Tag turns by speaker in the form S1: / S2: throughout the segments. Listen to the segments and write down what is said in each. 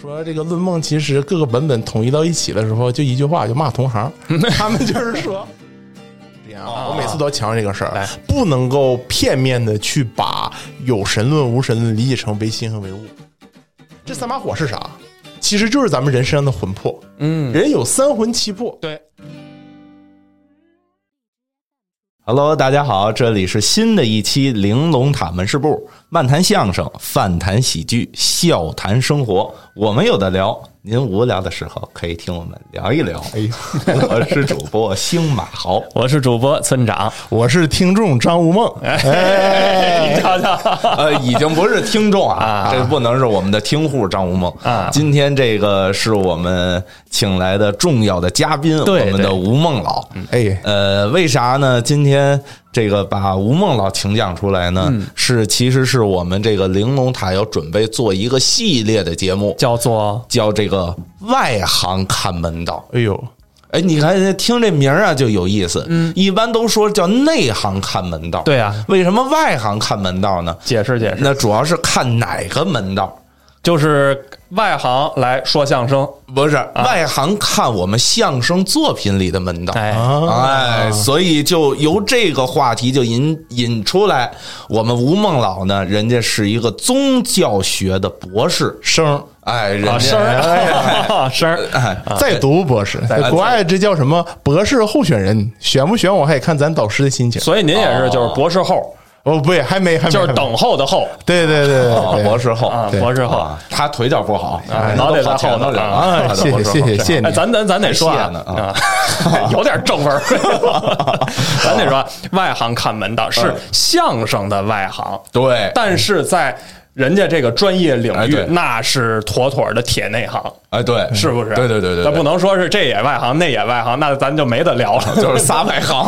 S1: 说这个《论梦》其实各个版本统一到一起的时候，就一句话就骂同行，他们就是说。这样啊，我每次都要强调这个事儿
S2: 来，
S1: 不能够片面的去把有神论、无神论理解成唯心和唯物。这三把火是啥？其实就是咱们人身上的魂魄。
S2: 嗯，
S1: 人有三魂七魄，
S2: 对，
S3: Hello，大家好，这里是新的一期《玲珑塔门市部》，漫谈相声，饭谈喜剧，笑谈生活，我们有的聊。您无聊的时候可以听我们聊一聊。哎，我是主播星马豪，
S2: 我是主播村长，
S1: 我是听众张无梦。
S2: 你瞧瞧，
S3: 呃，已经不是听众啊
S2: 啊，
S3: 这不能是我们的听户张无梦
S2: 啊
S3: 今天这个是我们请来的重要的嘉宾，
S2: 对
S3: 我们的
S2: 对嗯
S3: 吴梦老。
S1: 哎，
S3: 呃，为啥呢？今天这个把吴梦老请讲出来呢，
S2: 嗯
S3: 是其实是我们这个玲珑塔要准备做一个系列的节目，
S2: 叫做
S3: 叫这个外行看门道。
S1: 哎呦，
S3: 哎，你看听这名儿啊就有意思，嗯，一般都说叫内行看门道，
S2: 对啊，
S3: 为什么外行看门道呢？
S2: 解释解释，
S3: 那主要是看哪个门道。
S2: 就是外行来说相声，
S3: 不是
S2: 啊
S3: 外行看我们相声作品里的门道，
S1: 啊
S2: 哎，
S3: 哎，所以就由这个话题就引引出来，我们吴孟老呢，人家是一个宗教学的博士，
S1: 生
S3: 哎，人
S2: 啊
S3: 家
S2: 声儿声儿，
S3: 哎，
S1: 在读博士，在国外这叫什么博士候选人？选不选我还得看咱导师的心情。
S2: 所以您也是就是博士后，
S1: 哦，不对，还没，还没，
S2: 就是
S1: 还没。
S2: 等候的候
S1: 对对对
S3: 哦
S1: 对对，
S3: 博士后
S2: 啊，
S1: 对
S2: 博士后。
S3: 啊，他腿脚不好，
S2: 哎
S3: 那
S2: 脑袋
S3: 都跑
S2: 在
S3: 前
S2: 后
S3: 头
S2: 头
S3: 了
S2: 啊
S3: 啊，他的
S1: 谢
S3: 博
S1: 谢
S3: 士
S1: 谢
S3: 后
S1: 谢谢
S3: 是
S1: 谢
S2: 哎，
S1: 你。
S2: 咱咱咱得说
S3: 谢
S2: 啊
S3: 呢啊
S2: 啊， 有点正味儿，咱得说外行看门道是相声的外行，
S3: 对，
S2: 但是在人家这个专业领
S3: 哎
S2: 域
S3: 对，
S2: 那是妥妥的铁内行，
S3: 哎对，
S2: 是不是？
S3: 对对对对，
S2: 咱不
S3: 能
S2: 能说是这也外行，那也外行，那咱就没得聊 了，
S3: 就是仨外行。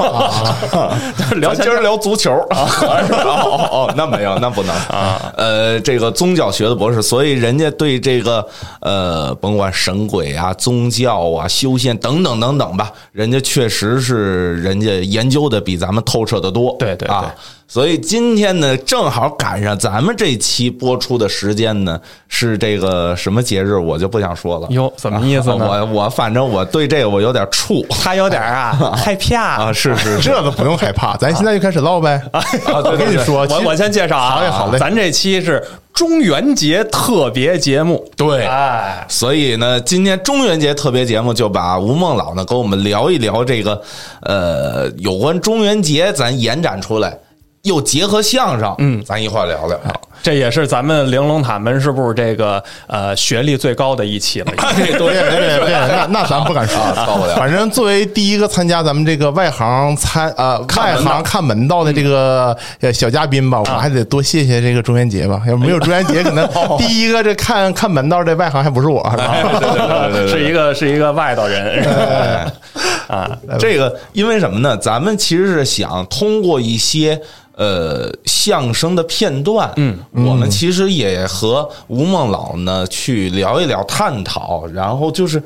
S2: 就是聊
S3: 咱今
S2: 天
S3: 儿聊足球 啊，是吧哦哦哦，那没有，那不能啊。呃，这个宗教学的博士，所以人家对这个呃，甭管神鬼啊、宗教啊、修仙等等等等吧，人家确实是人家研究的比咱们透彻的多。
S2: 对对对
S3: 啊，所以今天呢，正好赶上咱们这期播出的时间呢，是这个什么节日，我就不想说了。
S2: 哟怎么意思呢
S3: 啊我我反正我对这个我有点怵
S2: 他有点啊害怕
S3: 啊，是 是
S1: 这都不用害怕，咱现在就开始唠呗。
S3: 啊
S1: 我跟你说，其
S2: 我
S1: 实
S2: 我先介绍啊，
S1: 好嘞好嘞
S2: 咱这期是中元节特别节目，
S3: 对
S2: 哎，
S3: 所以呢，今天中元节特别节目就把吴孟老呢跟我们聊一聊这个，呃，有关中元节，咱延展出来，又结合相声，嗯，咱一块儿聊聊。
S2: 这也是咱们玲珑塔门市部这个呃学历最高的一期了。
S3: 对对
S1: 别别别别，那那咱不敢说
S3: 啊到不了，
S1: 反正作为第一个参加咱们这个外行参呃外
S3: 门道啊
S1: 行看门道的这个呃小嘉宾吧，我们还得多谢谢这个中元节吧，要没有中元节，可能
S3: 哎
S1: 第一个这看看门道这外行还不是我。
S2: 是一个是一个外道人，
S3: 哎
S2: 啊
S3: 这个因为什么呢？咱们其实是想通过一些呃相声的片段，嗯，我们其实也和吴孟老呢去聊一聊、探讨，然后就是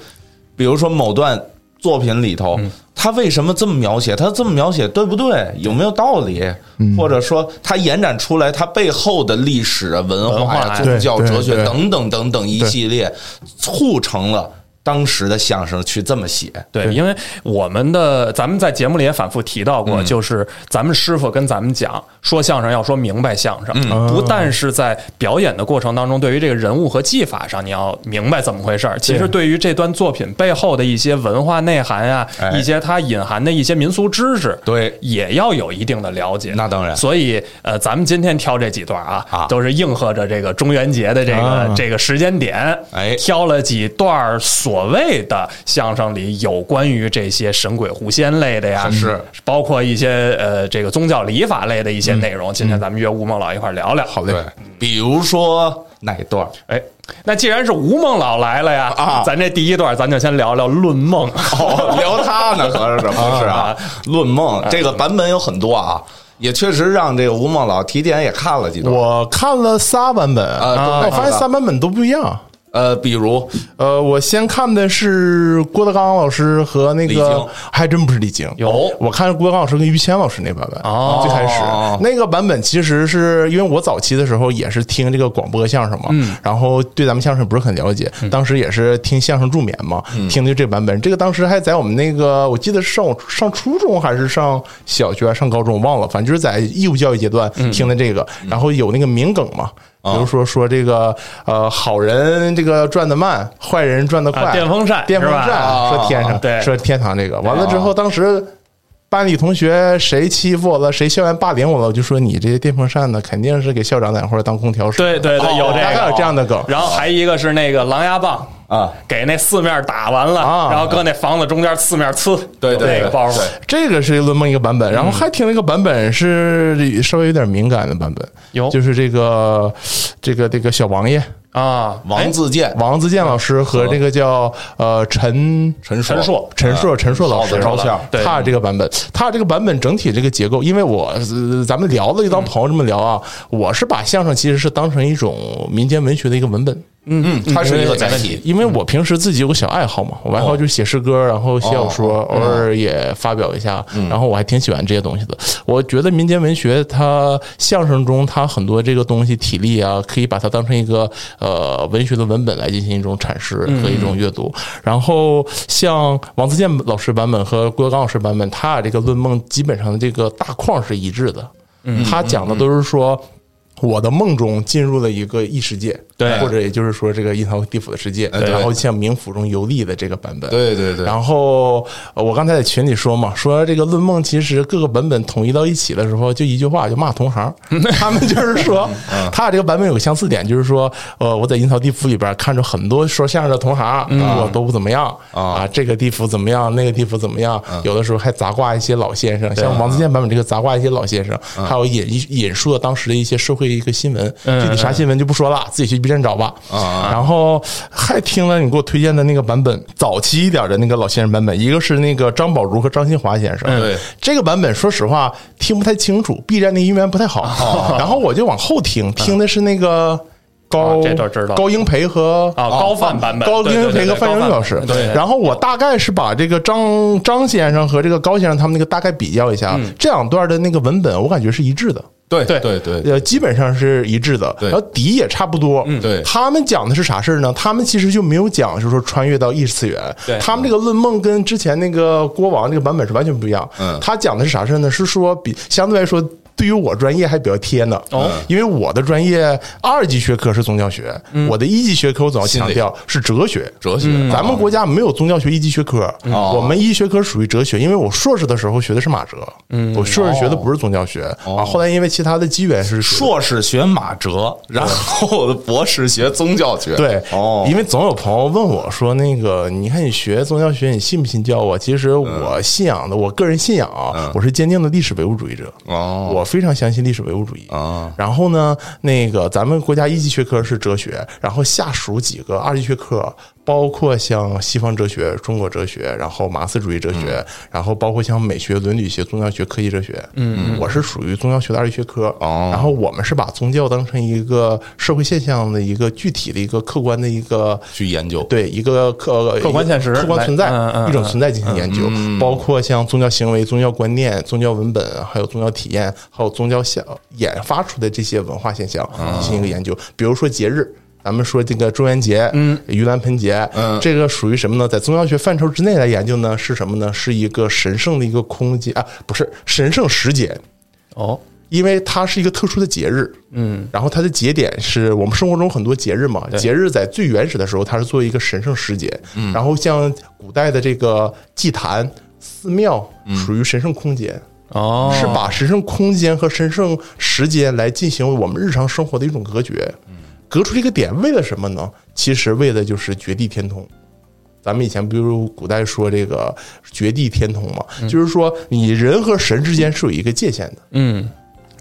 S3: 比如说某段作品里头。
S1: 嗯
S3: 他为什么这么描写？他这么描写对不对？有没有道理？
S1: 嗯
S3: 或者说，他延展出来他背后的历史啊、文
S2: 文
S3: 化
S2: 化
S3: 啊、
S2: 呀
S3: 宗教、
S1: 对对
S3: 哲学
S1: 对
S3: 等等等等一系列，促成了当时的相声去这么写。
S2: 对，因为我们的咱们在节目里也反复提到过，就是咱们师傅跟咱们讲，说相声要说明白相声，不但是在表演的过程当中，对于这个人物和技法上你要明白怎么回事儿，其实对于这段作品背后的一些文化内涵呀、
S3: 哎
S2: 一些它隐含的一些民俗知识，
S3: 对
S2: 也要有一定的了解。
S3: 那当然
S2: 所以呃，咱们今天挑这几段啊，
S3: 啊
S2: 都是应和着这个中元节的这个、
S1: 啊
S2: 这个时间点，
S3: 哎
S2: 挑了几段所谓的相声里有关于这些神鬼狐仙类的呀，嗯
S3: 是
S2: 包括一些呃这个宗教礼法类的一些内容。今天咱们约吴孟老一块儿聊聊。好
S3: 对，比如说哪一段儿？
S2: 哎，那既然是吴孟老来了呀，
S3: 啊
S2: 咱这第一段咱就先聊聊论梦。
S3: 哦，聊他呢，合着是不是啊
S2: 啊？
S3: 论梦这个版本有很多啊，也确实让这个吴孟老提前也看了几段。
S1: 我看了仨版本，
S3: 啊都看了
S1: 我发现仨版本都不一样。
S3: 呃，比如
S1: 呃，我先看的是郭德纲老师和那
S3: 李菁
S1: 个，还真不是李菁，
S2: 有
S1: 我看郭德纲老师跟于谦老师那版本
S2: 哦
S1: 最开始那个版本其实是因为我早期的时候也是听这个广播相声嘛，
S2: 嗯
S1: 然后对咱们相声不是很了解，当时也是听相声助眠嘛，听的这版本，这个当时还在我们那个我记得是上我上初中还是上小学上高中忘了，反正就是在义务教育阶段
S2: 嗯
S1: 听的这个，然后有那个民梗嘛。比
S2: 哦
S1: 如说说这个呃，好人这个转的慢，坏人转的快，
S2: 啊电风扇
S1: 电风
S2: 是吧
S1: 扇说天上，
S2: 对
S1: 说天堂这个，完了
S2: 哎
S1: 之后，当时班里同学谁欺负我了，谁校园霸凌我了，我就说你这些电风扇呢，肯定是给校长在那块儿当空调使。哦
S2: 对对对，哦有这
S1: 大概
S2: 个
S1: 有这样的梗。
S2: 然后还一个是那个狼牙棒
S3: 啊，
S2: 给那四面打完了，
S1: 啊
S2: 然后搁那房子中间四面呲，
S3: 对对
S2: 那个
S3: 对
S2: 包袱
S3: 对
S1: 这个是论梦一个版本，
S2: 嗯
S1: 然后还听了一个版本是稍微有点敏感的版本，
S2: 有
S1: 就是这个这个这个小王爷
S2: 啊，
S3: 王自健、
S1: 王自健老师和这个叫呃陈
S3: 陈
S2: 陈硕嗯
S1: 陈硕，陈硕老
S3: 耗
S1: 师
S3: 子照相
S2: 对
S1: 他这个版本，他这个版本整体这个结构，因为我、呃咱们聊了就
S2: 嗯
S1: 当朋友这么聊啊，我是把相声其实是当成一种民间文学的一个文本，
S3: 嗯，它是一个载体，嗯哦
S1: 因为我平时自己有个小爱好嘛，我爱好就是写诗歌，然后写小说，
S3: 嗯
S1: 偶尔也发表一下，然后我还挺喜欢这些东西的。我觉得民间文学它相声中它很多这个东西体力啊，可以把它当成一个呃文学的文本来进行一种阐释
S3: 嗯
S1: 和一种阅读。然后像王自健老师版本和郭德纲老师版本，他俩这个论梦基本上这个大框是一致的，
S3: 嗯
S1: 他讲的都是说。我的梦中进入了一个异世界，
S2: 对
S1: 或者也就是说这个阴曹地府的世界，
S3: 哎对
S1: 然后像冥府中游历的这个版本，
S3: 对对对
S1: 然后呃我刚才在群里说嘛，说这个论梦其实各个版本统一到一起的时候，就一句话就骂同 行，他们就是说，
S3: 嗯
S1: 他俩这个版本有个相似点，就是说，呃，我在阴曹地府里边看着很多说相声的同行，
S3: 嗯
S1: 我都不怎么样啊，这个地府怎么样，那个地府怎么样，
S3: 嗯
S1: 有的时候还砸挂一些老先生，像王自健版本这个砸挂一些老先生，
S3: 嗯
S1: 还有引引述了当时的一些社会一个新闻，具体啥新闻就不说了，自己去 B 站找吧。
S3: 嗯啊
S1: 然后还听了你给我推荐的那个版本，早期一点的那个老先生版本，一个是那个张宝如和张新华先生，
S3: 对
S1: 这个版本说实话听不太清楚，B 站那音源不太
S2: 哦
S1: 好， 然后我就往后听，听的是那个高
S2: 啊这段知道
S1: 高英培和哦
S2: 啊高范版本，
S1: 高
S2: 对
S1: 英培和范
S2: 高
S1: 云
S2: 范
S1: 老师，
S2: 对对，
S1: 然后我大概是把这个张张先生和这个高先生他们那个大概比较一下，啊
S2: 嗯
S1: 这两段的那个文本，我感觉是一致的。
S3: 对
S2: 对
S3: 对对，
S1: 呃，基本上是一致的，
S3: 对嗯
S1: 然后底也差不多。
S3: 对
S1: 他们讲的是啥事儿呢？他们其实就没有讲，就是说穿越到异次元。
S2: 对
S1: 他们这个论梦跟之前那个国王这个版本是完全不一样。
S3: 嗯
S1: 他讲的是啥事儿呢？是说比相对来说。对于我专业还比较贴呢，
S2: 哦
S1: 因为我的专业二级学科是宗教学，
S3: 嗯
S1: 我的一级学科我总要强调是哲学，
S3: 哲学，
S1: 咱们国家没有宗教学一级学科，
S3: 嗯哦
S1: 我们一级学科属于哲学，因为我硕士的时候学的是马哲，
S3: 嗯
S1: 我硕士学的不是宗教学、啊。后来因为其他的机缘是学的
S3: 哦硕士学马哲，然后我的博士学宗教学，
S1: 对，
S3: 哦，
S1: 因为总有朋友问我说，那个你看你学宗教学，你信不信教啊？其实我
S3: 嗯
S1: 信仰的，我个人信仰啊，我是坚定的历史唯物主义者，
S3: 哦
S1: 我非常相信历史唯物主义
S3: 啊。
S1: 然后呢，那个咱们国家一级学科是哲学，然后下属几个二级学科。包括像西方哲学、中国哲学，然后马克思主义哲学，
S3: 嗯
S1: 然后包括像美学、伦理学、宗教学、科技哲学。嗯，我是属于宗教学的二级学科。
S3: 哦
S1: 然后我们是把宗教当成一个社会现象的一个具体的一个客观的一个
S3: 去研究，
S1: 对一个客
S2: 客观现实
S1: 客观存在
S2: 来嗯嗯
S1: 一种存在进行研究，包括像宗教行为、宗教观念、宗教文本，还有宗教体验，还有宗教现演发出的这些文化现象
S2: 嗯
S1: 进行一个研究。比如说节日，咱们说这个中元节、嗯、盂兰盆节，
S3: 嗯
S1: 这个属于什么呢？在宗教学范畴之内来研究呢，是什么呢？是一个神圣的一个空间啊，不是神圣时节。
S2: 哦，
S1: 因为它是一个特殊的节日，嗯，然后它的节点是我们生活中很多节日嘛，节日在最原始的时候，它是作为一个神圣时节，嗯，然后像古代的这个祭坛、寺庙，属于神圣空间，
S2: 哦，
S1: 是把神圣空间和神圣时间来进行我们日常生活的一种隔绝，隔出这个点为了什么呢？其实为的就是绝地天通。咱们以前不就是古代说这个绝地天通嘛，就是说你人和神之间是有一个界限的，
S2: 嗯，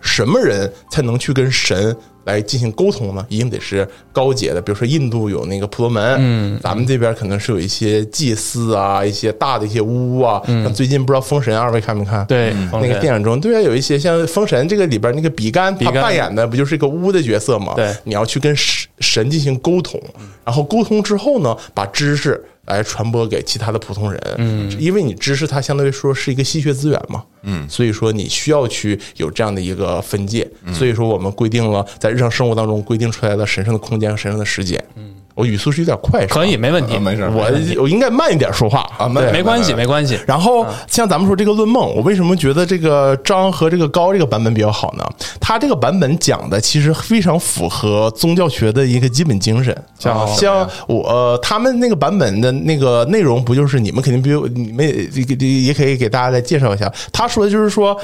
S1: 什么人才能去跟神来进行沟通呢？一定得是高阶的，比如说印度有那个婆罗门，嗯，咱们这边可能是有一些祭司啊，一些大的一些巫啊。像最近不知道《封神》，二位看没看？
S2: 嗯对
S1: 那个电影中，对啊，有一些像《封神》这个里边那个比干，他
S2: 干
S1: 扮演的不就是一个巫的角色吗？
S2: 对
S1: 你要去跟神神进行沟通，然后沟通之后呢，把知识来传播给其他的普通人。嗯，因为你知识它相对来说是一个稀缺资源嘛，嗯，所以说你需要去有这样的一个分界。所以说我们规定了在日常生活当中规定出来的神圣的空间和神圣的时间。嗯，我语速是有点快，是吧
S2: 可以，没问题
S3: 啊，没事儿
S1: 我我应该慢一点说话
S3: 啊慢
S1: 对
S2: 没关系，没关系。
S1: 然后像咱们说这个《论梦》，我为什么觉得这个张和这个高这个版本比较好呢？他这个版本讲的其实非常符合宗教学的一个基本精神，像像我、呃、他们那个版本的那个内容，不就是你们肯定比我你们也也也可以给大家再介绍一下。他说的就是说。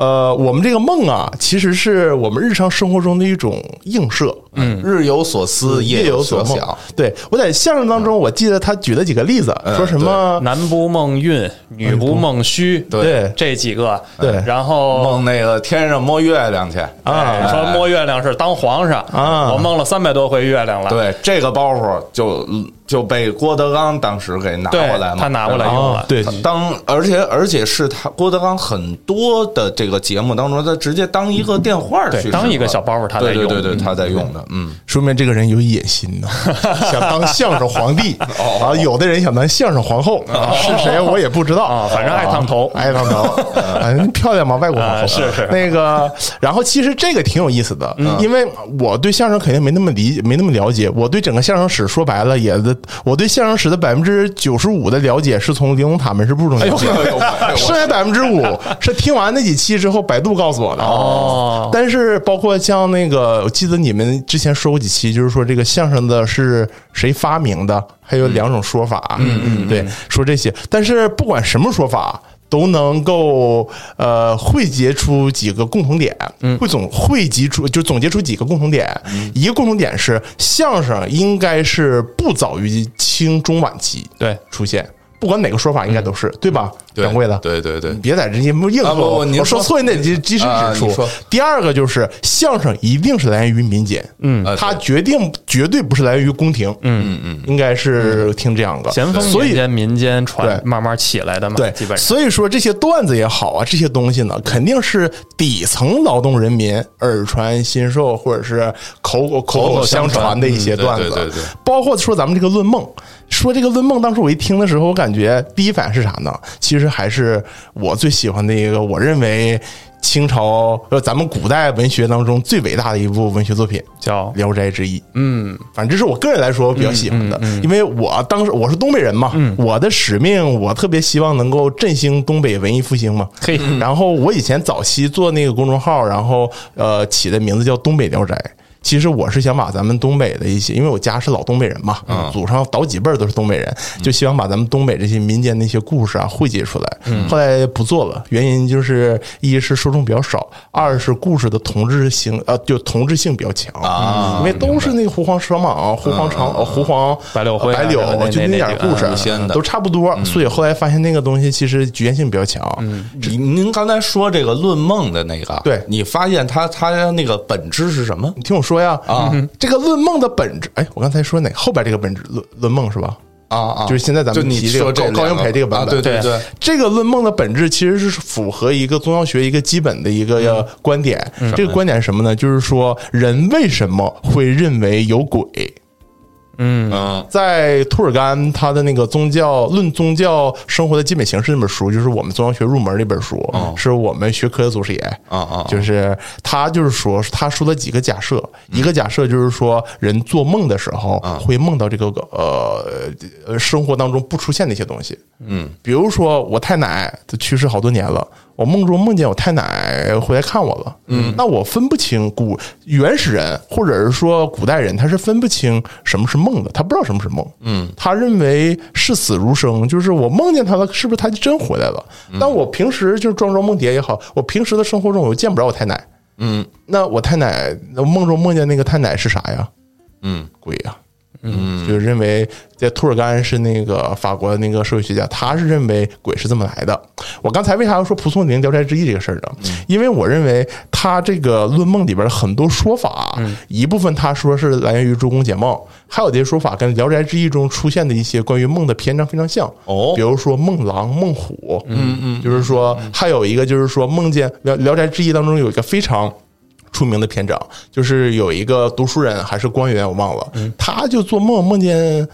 S1: 呃，我们这个梦啊，其实是我们日常生活中的一种映射。
S3: 嗯，日有所思，
S1: 夜
S3: 有
S1: 所梦
S3: 想，。
S1: 对我在相声当中，我记得他举了几个例子，说什么
S2: 男不梦孕，女不梦虚，
S1: 对
S2: 这几个，
S1: 对
S2: 然后
S3: 梦那个天上摸月亮去
S2: 哎说摸月亮是当皇上
S1: 啊
S2: 我梦了三百多回月亮了，
S3: 对，这个包袱就就被郭德纲当时给拿
S2: 对，
S3: 过来嘛，
S2: 他拿过来
S3: 对吧
S2: 用了
S1: 啊，，对
S3: 他当而且而且是他郭德纲很多的这个节目当中，他直接当一个电话去
S2: 对当一个小包袱他在
S3: 对对对
S2: 用
S3: 对，他在用的，嗯，
S1: 说明这个人有野心 呢，想当相声皇帝啊。
S2: 哦
S1: 有的人想当相声皇后啊，是谁我也不知道哦
S2: 啊反正爱烫头
S1: 爱烫 头，啊，漂亮吗？外国皇后
S2: 啊是嗯是
S1: 那个。然后其实这个挺有意思的，因为我对相声肯定没那么理解，没那么了解。我对整个相声史说白了也，我对相声史的百分之九十五的了解是从玲珑塔门市部中了
S2: 嗯哎
S1: 解的。 剩下百分之五是听完那几期之后百度告诉我的。
S2: 哦
S1: 但是包括像那个，我记得你们之前说过几期，就是说这个相声的是谁发明的，还有两种说法。嗯嗯，对，说这些。但是不管什么说法。都能够呃汇结出几个共同点，汇总汇集出就总结出几个共同点。一个共同点是相声应该是不早于清中晚期
S2: 对
S1: 出现，不管哪个说法应该都是对吧？
S3: 对
S1: 掌柜的，
S3: 对对对
S1: 你，别在这些硬
S3: 啊
S1: 说
S3: 不不
S1: 我，
S3: 您
S1: 我
S3: 说
S1: 说错你得及及时
S3: 啊
S1: 指
S3: 你
S1: 出
S3: 说。
S1: 第二个就是相声一定是来源于民间，嗯
S3: 啊
S1: 它
S3: 对
S1: 决定绝对不是来源于宫廷，嗯嗯，应该是听这样的，
S2: 咸丰
S1: 所
S2: 年
S1: 以。
S2: 间民间传
S1: 对
S2: 慢慢起来的嘛，
S1: 对
S2: 基，本上
S1: 所以说这些段子也好啊，这些东西呢，肯定是底层劳动人民耳传心授，或者是口口口口相传的一些段子。
S3: 嗯对对对对
S1: 包括说咱们这个《论梦》，说这个《论梦》，当时我一听的时候，我感觉第一反应是啥呢？其实还是我最喜欢的一个，我认为清朝呃咱们古代文学当中最伟大的一部文学作品
S2: 叫
S1: 《聊斋志异》。嗯，反正这是我个人来说我比较喜欢的，因为我当时我是东北人嘛，我的使命我特别希望能够振兴东北文艺复兴嘛。
S2: 嘿
S1: 然后我以前早期做那个公众号，然后呃起的名字叫《东北聊斋》。其实我是想把咱们东北的一些，因为我家是老东北人嘛，
S2: 嗯
S1: 祖上倒几辈儿都是东北人，就希望把咱们东北这些民间的一些故事啊汇集出来。
S2: 嗯
S1: 后来不做了，原因就是一是受众比较少，二是故事的同质性呃就同质性比较强
S3: 啊
S1: 因为都是那个狐黄蛇蟒、狐黄长、呃狐黄
S2: 嗯白柳灰啊
S1: 白柳
S2: 什么那
S1: 就那
S2: 那
S1: 点
S2: 那
S1: 儿
S2: 几个
S1: 故事
S3: 嗯仙的
S1: 都差不多，所以后来发现那个东西其实局限性比较强。
S2: 嗯
S3: 您您刚才说这个论梦的那个，啊
S1: 对
S3: 你发现他他那个本质是什么？
S1: 你听我说呀，
S3: 啊
S1: 嗯，这个论梦的本质，哎，我刚才说哪后边这个本质论论梦是吧？
S3: 啊啊，
S1: 就是现在咱
S3: 就
S1: 们
S3: 你
S1: 提这
S3: 说
S1: 个
S3: 这
S1: 高高英培这个版
S3: 啊
S1: 本，
S3: 对对对，
S1: 这个论梦的本质其实是符合一个宗教学一个基本的一个
S3: 嗯
S1: 呃观点。这个观点是什么呢？就是说人为什么会认为有鬼？
S3: 嗯
S1: 在涂尔干他的那个宗教论宗教生活的基本形式那本书，就是我们宗教学入门那本书，
S3: 哦
S1: 是我们学科的祖师爷。
S3: 啊啊，
S1: 就是他就是说，他说了几个假设，一个假设就是说，人做梦的时候会梦到这个呃呃生活当中不出现的一些东西。嗯，比如说我太奶她去世好多年了，我梦中梦见我太奶回来看我了。嗯，那我分不清古原始人或者是说古代人，他是分不清什么是梦的，他不知道什么是梦。嗯，他认为视死如生，就是我梦见他了，是不是他就真回来了？但我平时就是装装梦蝶也好，我平时的生活中我又见不着我太奶。
S3: 嗯
S1: 那我太奶，那梦中梦见那个太奶是啥呀？
S3: 嗯
S1: 鬼呀、嗯，就认为在涂尔干是那个法国的那个社会学家，他是认为鬼是这么来的。我刚才为啥要说蒲松龄《聊斋志异》这个事儿呢？因为我认为他这个《论梦》里边的很多说法，一部分他说是来源于周公解梦，还有这些说法跟《聊斋志异》中出现的一些关于梦的篇章非常像。
S3: 哦嗯
S1: 比如说梦狼、梦虎，嗯嗯，就是说还有一个就是说梦见《聊聊斋志异》当中有一个非常。出名的篇章，就是有一个读书人还是官员，我忘了，
S3: 嗯
S1: 他就做梦梦见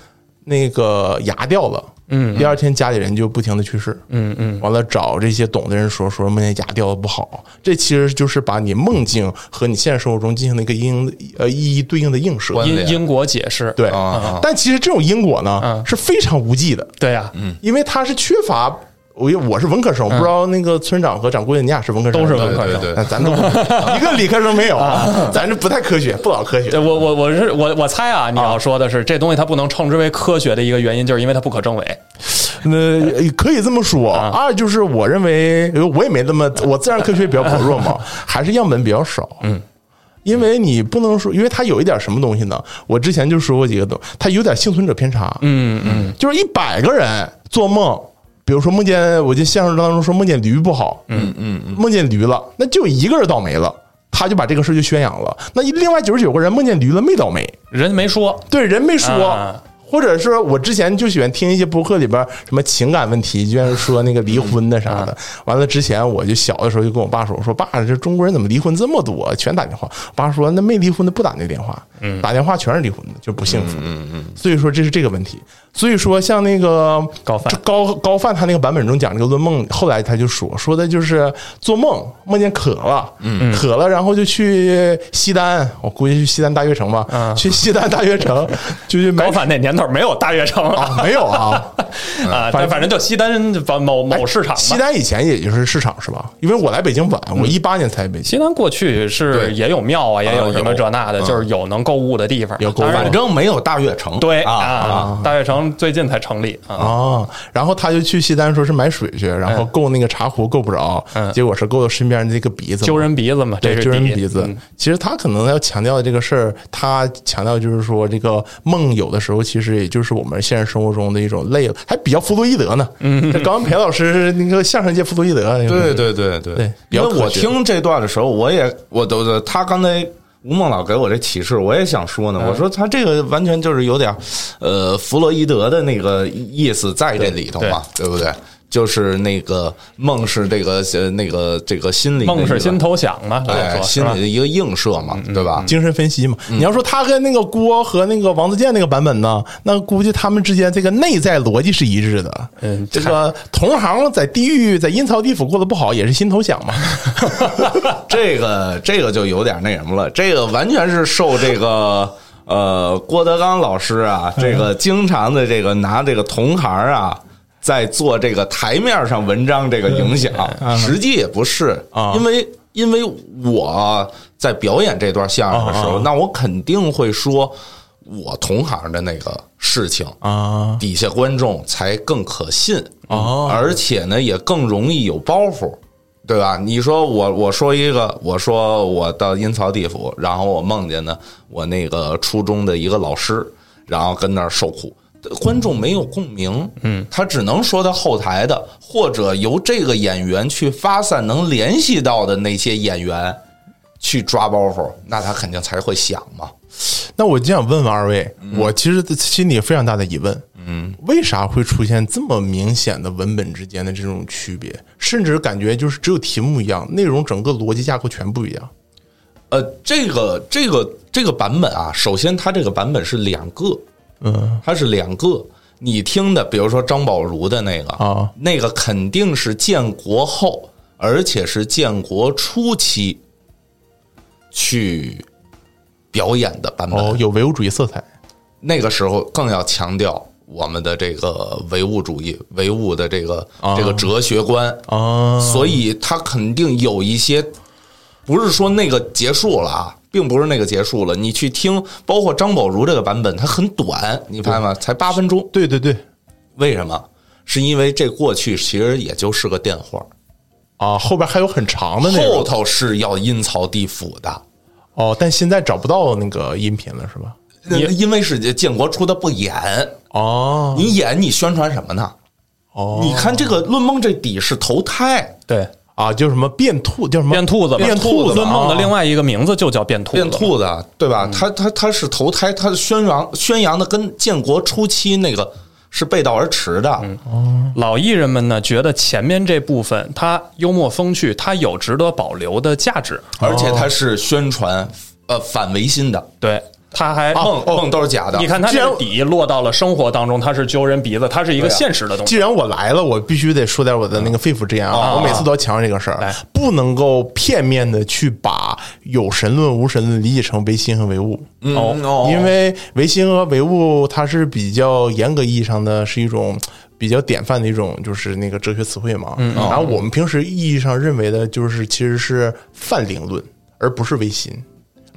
S1: 那个牙掉了。嗯，第二天家里人就不停的去世，
S2: 嗯嗯，
S1: 完了找这些懂的人说说梦见牙掉的不好，这其实就是把你梦境和你现实生活中进行了一个应呃一一对应的映射，
S3: 关
S2: 因
S3: 联
S2: 因果解释，
S1: 对。
S3: 啊，
S1: 但其实这种因果呢
S2: 嗯
S1: 是非常无忌的，
S2: 对呀，
S1: 因为它是缺乏。我我是文科生，我不知道那个村长和掌柜的，你俩是文科生，
S2: 嗯都是文
S3: 对
S2: 科啊
S3: 对对
S1: 那咱 都不一个理科生没有，啊咱这不太科学，不老科
S2: 对
S1: 学。
S2: 呃我我我是我我猜啊，你要说的是这东西它不能称之为科学的一个原因，就是因为它不可证伪。
S1: 那可以这么说。二就是我认为，因为我也没那么，我自然科学比较薄弱嘛，还是样本比较少。嗯。因为你不能说，因为它有一点什么东西呢？我之前就说过几个东，它有点幸存者偏差。
S2: 嗯嗯，
S1: 就是一百个人做梦，比如说梦见，我记得现实当中说梦见驴不好，嗯嗯，梦见驴了，那就一个人倒霉了，他就把这个事就宣扬了。那另外九十九个人梦见驴了没倒霉，
S2: 人没说，
S1: 对人没说。
S2: 啊
S1: 或者是我之前就喜欢听一些播客里边什么情感问题，就像说那个离婚的啥的。完了之前我就小的时候就跟我爸说，我说爸，这中国人怎么离婚这么多，全打电话。我爸说那没离婚的不打那电话，打电话全是离婚的，就不幸福。嗯嗯。所以说这是这个问题。所以说像那个
S2: 高范
S1: 就高高范他那个版本中讲这个论梦，后来他就说说的就是做梦梦见渴了，嗯，渴了，然后就去西单，我估计去西单大悦城吧，
S2: 嗯
S1: 去西单大悦城 就去买
S2: 高反那年头没有大悦城啊
S1: 啊，没有啊，
S2: 啊，但反正就西单反某某市场吧。
S1: 西单以前也就是市场是吧？因为我来北京晚，我一八年才来北京。
S2: 嗯西单过去是
S3: 对
S2: 也有庙啊，也有什么这那的，
S3: 有
S2: 就是有能购物的地方。
S1: 有购物
S2: 当然
S3: 反正没有大悦城，
S2: 对
S3: 啊，
S2: 啊，大悦城最近才成立啊。
S1: 哦，然后他就去西单说是买水去，然后够那个茶壶够不着，
S2: 嗯
S1: 结果是够到身边那个鼻子嘛，
S2: 揪人鼻子嘛，这
S1: 对
S2: 是
S1: 揪人
S2: 底
S1: 鼻子
S2: 嗯。
S1: 其实他可能要强调的这个事儿，他强调就是说，这个梦有的时候其实也就是我们现实生活中的一种累了，还比较弗洛伊德呢。嗯，这高文培老师是那个相声界弗洛伊德，
S3: 对对对对
S1: 对比
S3: 因
S1: 较
S3: 为
S1: 科学
S3: 我听这段的时候，我也我都他刚才吴孟老给我这启示，我也想说呢，我说他这个完全就是有点呃弗洛伊德的那个意思在这里头嘛，对不对？就是那个梦是这个呃那个这个心理的
S2: 梦
S3: 一
S2: 是
S3: 个
S2: 心头想嘛，或者
S3: 哎
S2: 说
S3: 心理的一个映射嘛，对吧？
S1: 精神分析嘛。
S2: 嗯
S1: 你要说他跟那个郭和那个王自健那个版本呢，那估计他们之间这个内在逻辑是一致的。
S2: 嗯
S1: 这个同行在地狱在阴曹地府过得不好，也是心头想 嘛。
S3: 这个这个就有点那什么了，这个完全是受这个。呃，郭德纲老师啊，
S1: 嗯
S3: 这个经常的这个拿这个同行啊，在做这个台面上文章这个影响，实际也不是
S1: 嗯啊
S3: 因为因为我在表演这段相声的时
S1: 啊啊
S3: 候
S1: 啊，
S3: 那我肯定会说我同行的那个事情，
S1: 啊
S3: 底下观众才更可信
S1: 哦
S3: 而且呢也更容易有包袱，对吧？你说我我说一个，我说我到阴曹地府，然后我梦见呢我那个初中的一个老师，然后跟那儿受苦。观众没有共鸣，嗯，他只能说他后台的，或者由这个演员去发散能联系到的那些演员去抓包袱，那他肯定才会想嘛。
S1: 那我就想问问二位，我其实心里有非常大的疑问，嗯，为啥会出现这么明显的文本之间的这种区别，甚至感觉就是只有题目一样，内容整个逻辑架构全不一样
S3: 呃，这个这个这个版本啊，首先它这个版本是两个，嗯，它是两个。你听的，比如说张宝如的那个
S1: 啊，
S3: 那个肯定是建国后，而且是建国初期去表演的版本。
S1: 哦，有唯物主义色彩
S3: 那个时候更要强调我们的这个唯物主义、唯物的这个、这个哲学观
S1: 啊
S3: 所以他肯定有一些，不是说那个结束了啊，并不是那个结束了。你去听，包括张宝如这个版本，它很短，你发现吗？才八分钟，
S1: 对对对
S3: 为什么？是因为这过去其实也就是个电话，
S1: 啊，后边还有很长的内
S3: 后
S1: 容
S3: 头是要阴曹地府的。
S1: 哦，但现在找不到那个音频了是吧？
S2: 也
S3: 因为是建国出的不演，
S1: 哦
S3: 你演你宣传什么呢？
S1: 哦，
S3: 你看这个《论梦》这底是投胎，
S2: 对，
S1: 啊，叫什么变兔，叫什么
S2: 变兔子嘛，
S1: 变兔子，啊
S2: 论梦的另
S1: 外
S2: 外一个名字就叫变兔子，
S3: 变兔子
S1: 嗯
S3: 啊，对吧？他他他是投胎，他宣扬宣扬的跟建国初期那个是背道而驰的。
S1: 嗯
S2: 老艺人们呢，觉得前面这部分它幽默风趣，它有值得保留的价值。
S3: 而且它是宣传呃反唯心的，
S2: 对，他
S1: 哦
S2: 还
S3: 梦
S2: 梦
S3: 梦都是假的。
S2: 你看他
S1: 既然
S2: 这个底落到了生活当中，它是揪人鼻子，它是一个现实的东西。
S1: 既然我来了，我必须得说点我的那个肺腑之言啊！我每次都要强调这个事儿
S2: 来，
S1: 不能够片面的去把有神论、无神论理解成唯心和唯物。
S3: 嗯
S2: 哦
S3: 哦
S1: 因为唯心和唯物，它是比较严格意义上的是一种比较典范的一种，就是那个哲学词汇嘛。
S3: 嗯哦
S1: 然后我们平时意义上认为的，就是其实是泛灵论，而不是唯心。
S3: 嗯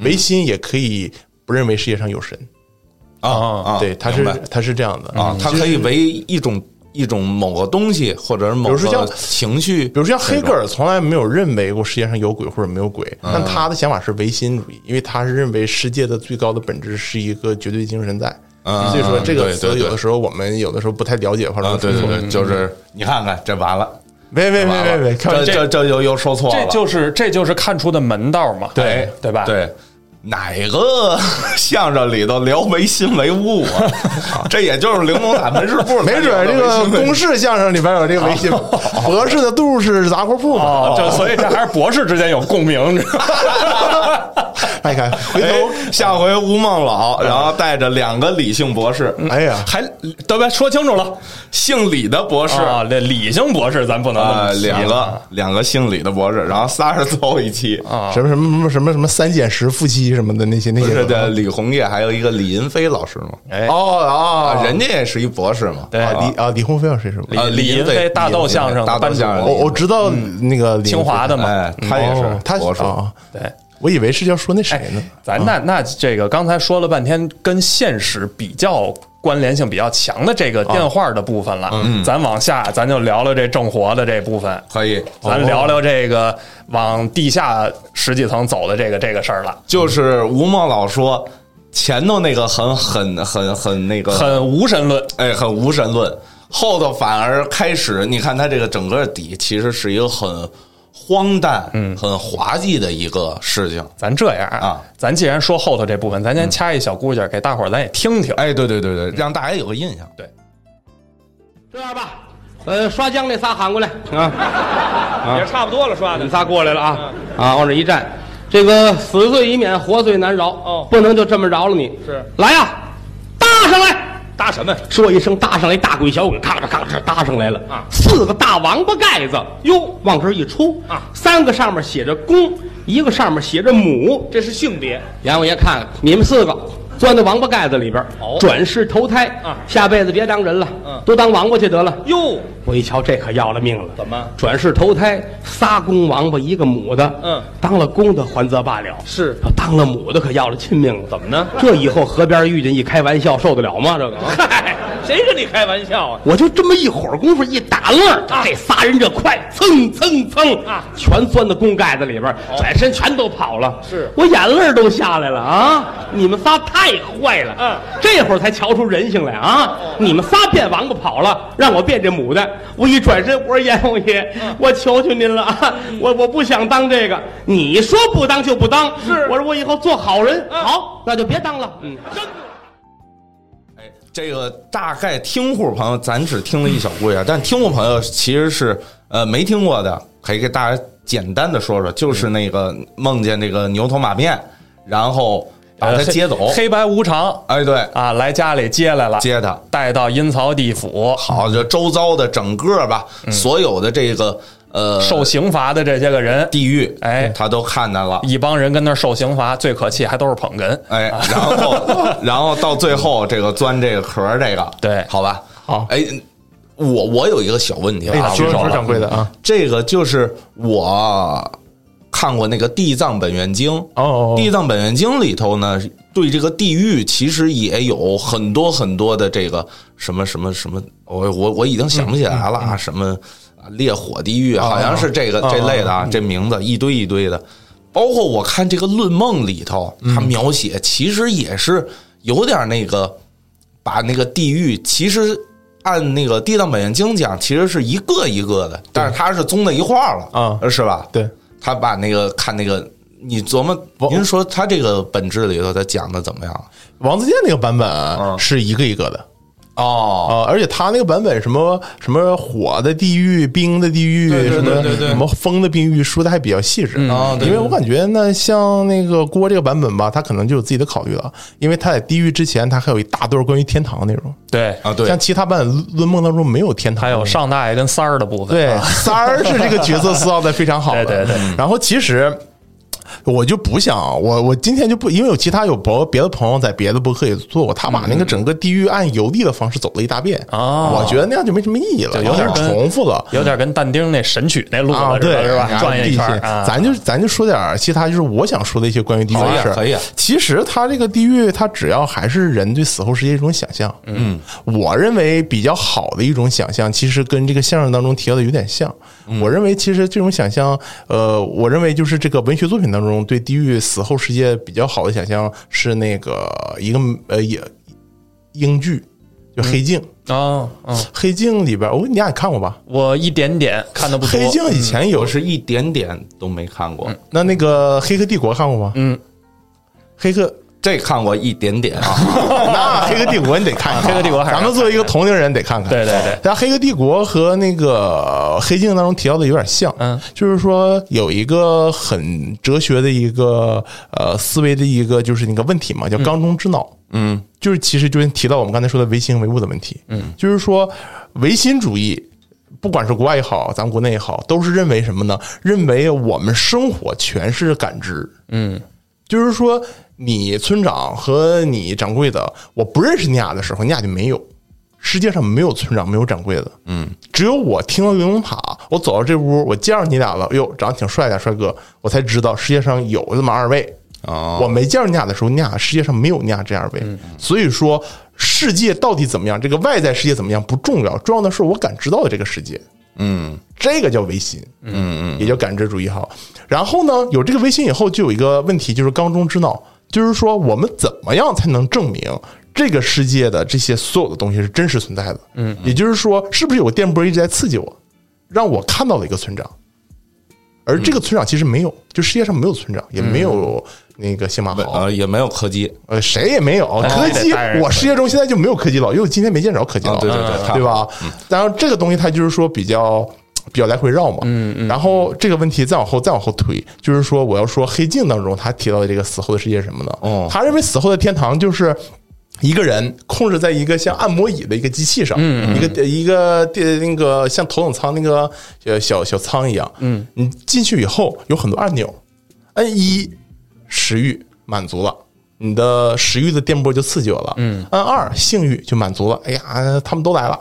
S1: 唯心也可以不认为世界上有神，
S3: 啊啊，
S1: 对，它
S3: 明
S1: 是嗯
S3: 白
S1: 它是这样的
S3: 啊，它可以为一种一种某个东西，或者是某
S1: 比如说
S3: 个
S1: 像
S3: 情绪，
S1: 比如说像黑格尔从来没有认为过世界上有鬼或者没有鬼，但他的想法是唯心主义，因为他是认为世界的最高的本质是一个绝对精神在。
S3: 嗯
S1: 所以说这
S3: 对
S1: 个
S3: 对
S1: 词
S3: 对
S1: 有嗯的时候我们有的时候不太了解或者
S3: 啊，对对
S1: 说
S3: 对，就是你看看，这完了，
S1: 喂喂喂
S3: 完了
S1: 喂喂，看
S3: 这这这就又说错
S2: 这
S3: 了，
S2: 就是这就是看出的门道嘛，哎
S3: 对
S2: 对吧？，
S3: 对。哪个 相声里头聊唯心唯物啊？ 这也就是玲珑塔门市部，
S1: 没准儿这个公式相声里边有这个唯心，博士的度是杂货铺嘛。
S2: 哦，这所以这还是博士之间有共鸣，你知道吗？
S1: 哎看，回
S3: 哎
S1: 头，
S3: 下回吴孟老，
S2: 嗯
S3: 然后带着两个理性博士，
S1: 哎呀，
S2: 还对吧？说清楚了，
S3: 姓李的博士
S2: 啊，嗯这理性博士咱不能
S3: 啊，
S2: 那么提
S3: 两
S2: 了
S3: 个两个姓李的博士，然后仨是最后一期，
S2: 啊
S1: 什么什么什么什么三减十夫妻什么的那些那
S3: 不
S1: 些
S3: 是的，李红叶还有一个李银飞老师嘛，
S2: 哎
S1: 哦
S3: 啊，
S1: 啊，
S3: 人家也是一博士嘛，
S2: 对
S1: 啊李啊李鸿飞老师是吧？
S2: 李
S3: 啊
S2: 李银
S3: 银
S2: 飞大豆
S3: 李银
S2: 相声的
S3: 大
S2: 班
S3: 豆
S2: 主
S3: 相声，
S1: 我我知道那个李
S2: 清华的
S1: 嘛，
S2: 嘛，
S3: 哎，他也
S1: 哦
S3: 是
S1: 他
S3: 博士，
S1: 啊，
S2: 对。
S1: 我以为是要说那谁呢？
S2: 哎咱
S3: 啊
S2: 那那这个刚才说了半天，跟现实比较关联性比较强的这个
S3: 啊
S2: 电话的部分了，
S3: 嗯
S2: 咱往下咱就聊聊这正活的这部分，
S3: 可以，
S2: 咱聊聊这个往地下十几层走的这个这个事儿了，
S3: 就是吴孟老说前头那个很很很很那个
S2: 很无神论，
S3: 哎，很无神论。后头反而开始，你看他这个整个底其实是一个很荒诞、嗯，很滑稽的一个事情。
S2: 咱这样
S3: 啊，嗯
S2: 咱既然说后头这部分，咱先掐一小故事给大伙儿咱也听听。
S3: 哎，对对对对，让大家有个印象。
S4: 这样吧，呃，刷浆那仨喊过来啊，也差不多了，刷的。你们仨过来了啊
S5: 嗯
S4: 啊，往这一站，这个死罪已免，活罪难饶。
S5: 哦
S4: 不能就这么饶了你。
S5: 是
S4: 来呀、搭上来！
S5: 搭什么？
S4: 说一声，搭上来，大鬼小鬼，咔嚓咔嚓搭上来了
S5: 啊
S4: 四个大王八盖子，哟，往这儿一出
S5: 啊
S4: 三个上面写着公，一个上面写着母。
S5: 这是性别，
S4: 阎王爷看看你们四个钻到王八盖子里边，
S5: 哦
S4: 转世投胎
S5: 啊
S4: 下辈子别当人了，
S5: 嗯
S4: 都当王八去得了。
S5: 哟，
S4: 我一瞧，这可要了命了！
S5: 怎么
S4: 转世投胎？仨公王八，一个母的。
S5: 嗯
S4: 当了公的还则罢了，
S5: 是
S4: 要当了母的可要了亲命了。
S5: 怎么呢
S4: 这以后河边遇见一开玩笑，受得了吗？这个，
S5: 嗨，谁跟你开玩笑啊？
S4: 我就这么一会儿功夫，一打愣儿，这仨人这快，蹭蹭蹭
S5: 啊哦
S4: 全钻到公盖子里边，转身全都跑了。
S5: 是
S4: 我眼泪儿都下来了啊！你们仨太坏了，
S5: 嗯哦
S4: 这会儿才瞧出人性来啊！你们仨变王八跑了，让我变这母的。我一转身，我说阎王爷，
S5: 嗯
S4: 我求求您了啊！我我不想当这个，你说不当就不当。
S5: 是
S4: 我说我以后做好人，
S5: 嗯
S4: 好，那就别当了。嗯。
S3: 这个大概听户朋友，咱只听了一小部分，但听户朋友其实是呃没听过的，可以给大家简单的说说，就是那个梦见那个牛头马面，然后把他
S2: 呃
S3: 接走
S2: 黑。黑白无常
S3: 哎，对，
S2: 啊，来家里接来了，
S3: 接他。
S2: 带到阴曹地府，
S3: 好，就周遭的整个吧，
S1: 嗯
S3: 所有的这个呃
S2: 受刑罚的这些个人，
S3: 地狱，
S2: 哎
S3: 他都看见 了，
S2: 一帮人跟那儿受刑罚，最可气还都是捧哏。
S3: 哎，然后 然后到最后这个钻这个壳儿这个，
S2: 对
S3: 好吧，
S1: 好
S3: 哎，我我有一个小问题
S1: 哎
S3: 啊，，
S1: 说
S3: 举手
S1: 说
S3: 了
S1: 掌柜的啊，
S3: 这个就是我看过那个《地藏本愿经》
S1: 哦哦
S3: 地藏本愿经》里头呢，对这个地狱其实也有很多很多的这个什么什么什么，我我我已经想不起来
S1: 嗯
S3: 了啊，什么啊烈火地狱，
S1: 哦
S3: 好像是这个这类的
S1: 嗯
S3: 啊，这名字一堆一堆的。包括我看这个《论梦》里头，他描写其实也是有点那个，把那个地狱其实按那个《地藏本愿经》讲，其实是一个一个的，但是它是综在一块儿了，
S1: 啊
S3: 是吧？
S1: 对，
S3: 他把那个看那个，你琢磨，您说他这个本质里头他讲的怎么样？
S1: 啊
S3: 嗯
S1: 王自健那个版本是一个一个的，
S3: 哦，
S1: 啊，而且他那个版本什么什么火的地狱、冰的地狱，
S3: 对对
S1: 什么
S3: 对对对
S1: 什么风的冰狱，说的还比较细致
S3: 啊对
S1: 因为我感觉呢，像那个郭这个版本吧，他可能就有自己的考虑了，因为他在地狱之前，他还有一大段关于天堂的内容。
S2: 对，
S3: 啊，对
S1: 像，其他版本《论梦》当中没有天堂，
S2: 还有上大爷跟三儿的部分，
S1: 对
S2: 啊
S1: 三儿是这个角色塑造的非常好的，嗯
S2: 对对对
S1: 然后其实。我就不想，我我今天就不，因为有其他有朋别的朋友在别的播客也做过，他把那个整个地狱按邮递的方式走了一大遍
S2: 嗯哦
S1: 我觉得那样就没什么意义了，
S2: 就有点跟
S1: 重复了。
S2: 有点跟但丁那神曲那路子
S1: 啊，
S2: 似的
S1: 对，
S2: 哎是吧？转悠一圈儿啊，
S1: 咱就咱就说点儿其他，就是我想说的一些关于地狱
S3: 可以
S1: 的
S3: 啊
S1: 事儿。
S3: 可以啊
S1: 其实它这个地狱，它只要还是人对死后世界一种想象。嗯，我认为比较好的一种想象，其实跟这个相声当中提到的有点像。
S2: 嗯
S1: 我认为其实这种想象，呃，我认为就是这个文学作品当中对地狱死后世界比较好的想象是那个一个呃也英剧，
S2: 嗯
S1: 就《黑镜》。
S2: 啊，嗯，
S1: 黑镜》里边，哦，你俩也看过吧？
S2: 我一点点看的不
S1: 《
S2: 多，嗯
S1: 黑镜》以前有
S3: 我是一点点都没看过，
S1: 那那个《黑客帝国》看过吗？
S2: 嗯，
S1: 黑客哦
S3: 这看过一点点啊，
S1: 那《黑客帝国》你得看一看，
S2: 啊黑客帝国还是
S1: 咱们作为一个同龄人得看看。
S2: 对对对，
S1: 但《黑客帝国》和那个《黑镜》当中提到的有点像，
S2: 嗯，
S1: 就是说有一个很哲学的一个呃思维的一个就是那个问题嘛，叫缸中之脑，嗯，就是其实就是提到我们刚才说的唯心唯物的问题，嗯，就是说唯心主义。不管是国外也好，咱们国内也好，都是认为什么呢？认为我们生活全是感知，就是说，你村长和你掌柜的，我不认识你俩的时候，你俩就没有。世界上没有村长，没有掌柜的，嗯，只有我听到玲珑塔，我走到这屋，我见着你俩了，哟，长得挺帅的帅哥，我才知道世界上有这么二位。
S3: 哦嗯
S1: 我没见着你俩的时候，你俩世界上没有你俩这二位。所以说，世界到底怎么样，这个外在世界怎么样不重要，重要的是我感知到的这个世界。
S3: 嗯
S1: 这个叫唯心，
S3: 嗯嗯，
S1: 也叫感知主义好。然后呢，有这个微信以后，就有一个问题，就是缸中之脑，就是说我们怎么样才能证明这个世界的这些所有的东西是真实存在的？嗯，也就是说，是不是有个电波一直在刺激我，让我看到了一个村长？而这个村长其实没有，就世界上没有村长，也没有那个谢马豪，
S3: 呃，也没有柯基
S1: 呃，谁也没有。
S3: 哎
S1: 柯基
S2: 得带人，
S1: 我世界中现在就没有柯基佬，因为我今天没见着柯基佬，
S3: 啊对对对
S1: 对吧？嗯然后这个东西它就是说比较。比较来回绕嘛，嗯嗯，然后这个问题再往后再往后推，就是说我要说《黑镜》当中他提到的这个死后的世界是什么呢？
S3: 哦
S1: 他认为死后的天堂就是一个人控制在一个像按摩椅的一个机器上，
S3: 嗯
S1: 一个一个电那个像头等舱那个呃小小舱一样，嗯，你进去以后有很多按钮，按一食欲满足了。你的食欲的电波就刺激我了，嗯，按二性欲就满足了，哎呀，他们都来了。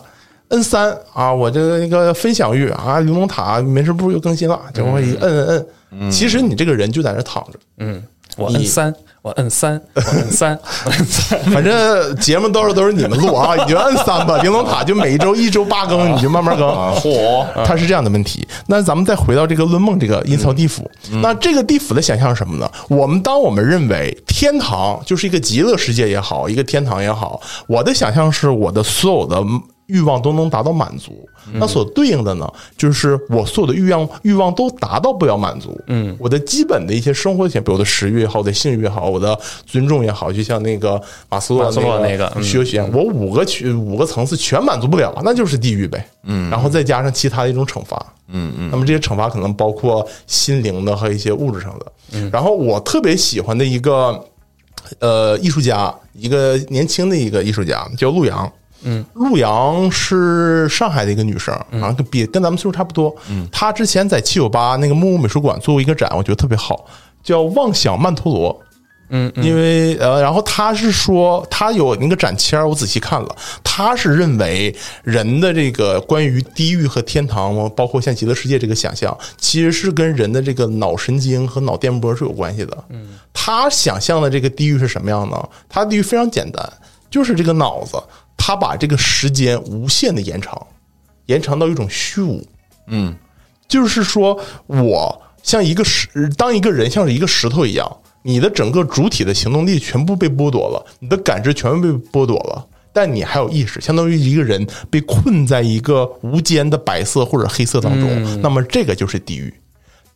S1: N 三啊，我这个那个分享欲啊，玲珑塔没事不又更新了，结果一摁摁摁，其实你这个人就在那躺着，
S2: 我摁三，我摁三，我摁三，我摁 三。
S1: 反正节目到时候都是你们录啊，你就按三吧。玲珑塔就每一周一周八更，你就慢慢更。嚯，它是这样的问题。那咱们再回到这个论梦这个阴曹地府，那这个地府的想象是什么呢？我们当我们认为天堂就是一个极乐世界也好，一个天堂也好，我的想象是我的所有的。欲望都能达到满足，
S2: 嗯
S1: 那所对应的呢，就是我所有的欲望欲望都达到不了满足。嗯，我的基本的一些生活点，比如我的食欲也好，我的性欲也好，我的尊重也好，就像那个马斯洛
S2: 马斯洛
S1: 那
S2: 那个嗯
S1: 需求曲线，我五个区五个层次全满足不了，那就是地狱呗。嗯，然后再加上其他的一种惩罚。嗯嗯，那么这些惩罚可能包括心灵的和一些物质上的。嗯，然后我特别喜欢的一个呃艺术家，一个年轻的一个艺术家叫陆阳。嗯，陆阳是上海的一个女生，好像比跟咱们岁数差不多。嗯，她之前在七九八那个木屋美术馆做过一个展，我觉得特别好，叫《妄想曼陀罗》。因为呃，然后他是说他有那个展签儿，我仔细看了，他是认为人的这个关于地狱和天堂，包括像极乐世界这个想象，其实是跟人的这个脑神经和脑电波是有关系的。嗯，他想象的这个地狱是什么样呢？他地狱非常简单，就是这个脑子，他把这个时间无限的延长，延长到一种虚无。就是说我像一个石，当一个人像是一个石头一样，你的整个主体的行动力全部被剥夺了，你的感知全部被剥夺了。但你还有意识，相当于一个人被困在一个无间的白色或者黑色当中，那么这个就是地狱。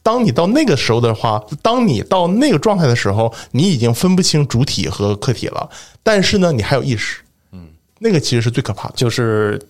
S1: 当你到那个时候的话，当你到那个状态的时候，你已经分不清主体和客体了，但是呢，你还有意识，那个其实是最可怕的。
S2: 就是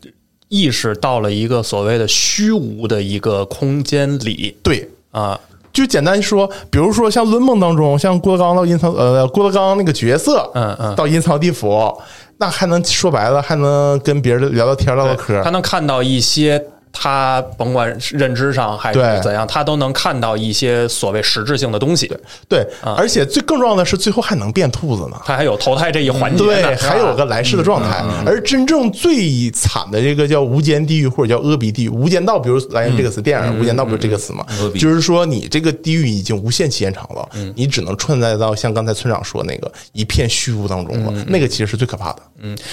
S2: 意识到了一个所谓的虚无的一个空间里
S1: 对，
S2: 啊，
S1: 就简单说，比如说像《论梦》当中，像郭德纲到阴曹呃郭德纲那个角色，
S2: 嗯嗯
S1: 到阴曹地府，那还能说白了，还能跟别人聊聊天、唠唠嗑
S2: 他
S1: 儿。
S2: 能看到一些。他甭管是认知上还
S1: 对
S2: 是怎样，他都能看到一些所谓实质性的东西。
S1: 对，
S2: 嗯
S1: 而且最更重要的是，最后还能变兔子呢。
S2: 他还有投胎这一环节呢，
S1: 对，
S2: 是吧
S1: 还有个来世的状
S2: 嗯
S1: 态。而真正最惨的这个叫无间地狱或者叫阿鼻地狱，无间道，比如来源这个词，电
S2: 嗯
S1: 影《无间道》不是这个词嘛？就是说你这个地狱已经无限期延长了，
S2: 嗯
S1: 你只能存在到像刚才村长说那个一片虚无当中
S2: 嗯
S1: 了，那个其实是最可怕的。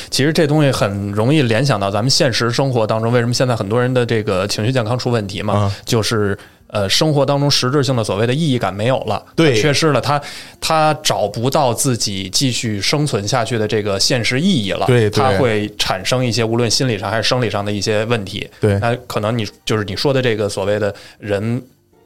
S2: 其实这东西很容易联想到咱们现实生活当中，为什么现在很多人的这个情绪健康出问题嘛？
S1: 啊
S2: 就是呃，生活当中实质性的所谓的意义感没有了，
S1: 对
S2: 缺失了，他他找不到自己继续生存下去的这个现实意义了，
S1: 对对
S2: 他会产生一些无论心理上还是生理上的一些问题，
S1: 对
S2: 那可能你就是你说的这个所谓的人。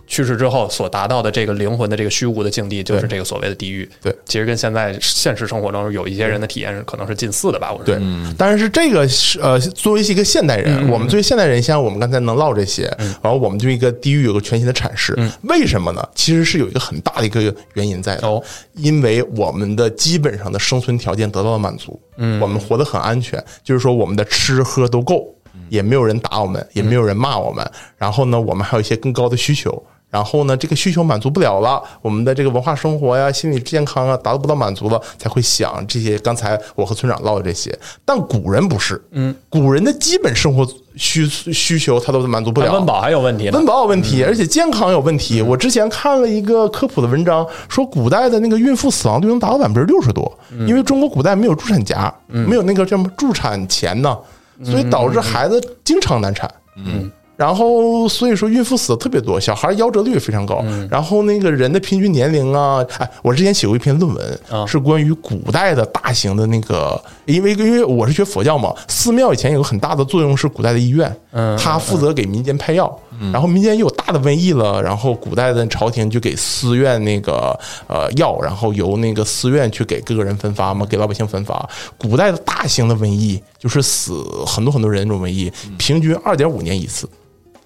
S2: 去世之后所达到的这个灵魂的这个虚无的境地，就是
S1: 对
S2: 这个所谓的地狱。
S1: 对
S2: 其实跟现在现实生活中有一些人的体验是可能是近似的吧。我觉得
S1: 对，但是这个是呃，作为一个现代人，我们作为现代人，像我们刚才能唠这些，然后我们对一个地狱有个全新的阐释，为什么呢？其实是有一个很大的一个原因在的，
S2: 哦
S1: 因为我们的基本上的生存条件得到了满足，嗯，我们活得很安全，就是说我们的吃喝都够，也没有人打我们，也没有人骂我们，然后呢，我们还有一些更高的需求。然后呢，这个需求满足不了了，我们的这个文化生活呀、心理健康啊达不到满足了，才会想这些。刚才我和村长唠的这些，但古人不是，嗯，古人的基本生活需需求他都满足不了，
S2: 温饱还有问题呢
S1: 温。饱有问题，而且健康有问题。我之前看了一个科普的文章，说古代的那个孕妇死亡率能达到百分之六十多，因为中国古代没有助产夹，没有那个叫什么助产钳呢，所以导致孩子经常难产。嗯。然后，所以说孕妇死的特别多，小孩夭折率也非常高。然后那个人的平均年龄啊，哎，我之前写过一篇论文，是关于古代的大型的那个，因为因为我是学佛教嘛，寺庙以前有个很大的作用是古代的医院，它负责给民间派药，然后民间又有大的瘟疫了，然后古代的朝廷就给寺院那个呃药，然后由那个寺院去给各个人分发嘛，给老百姓分发。古代的大型的瘟疫就是死很多很多人这种瘟疫，平均二点五年一次。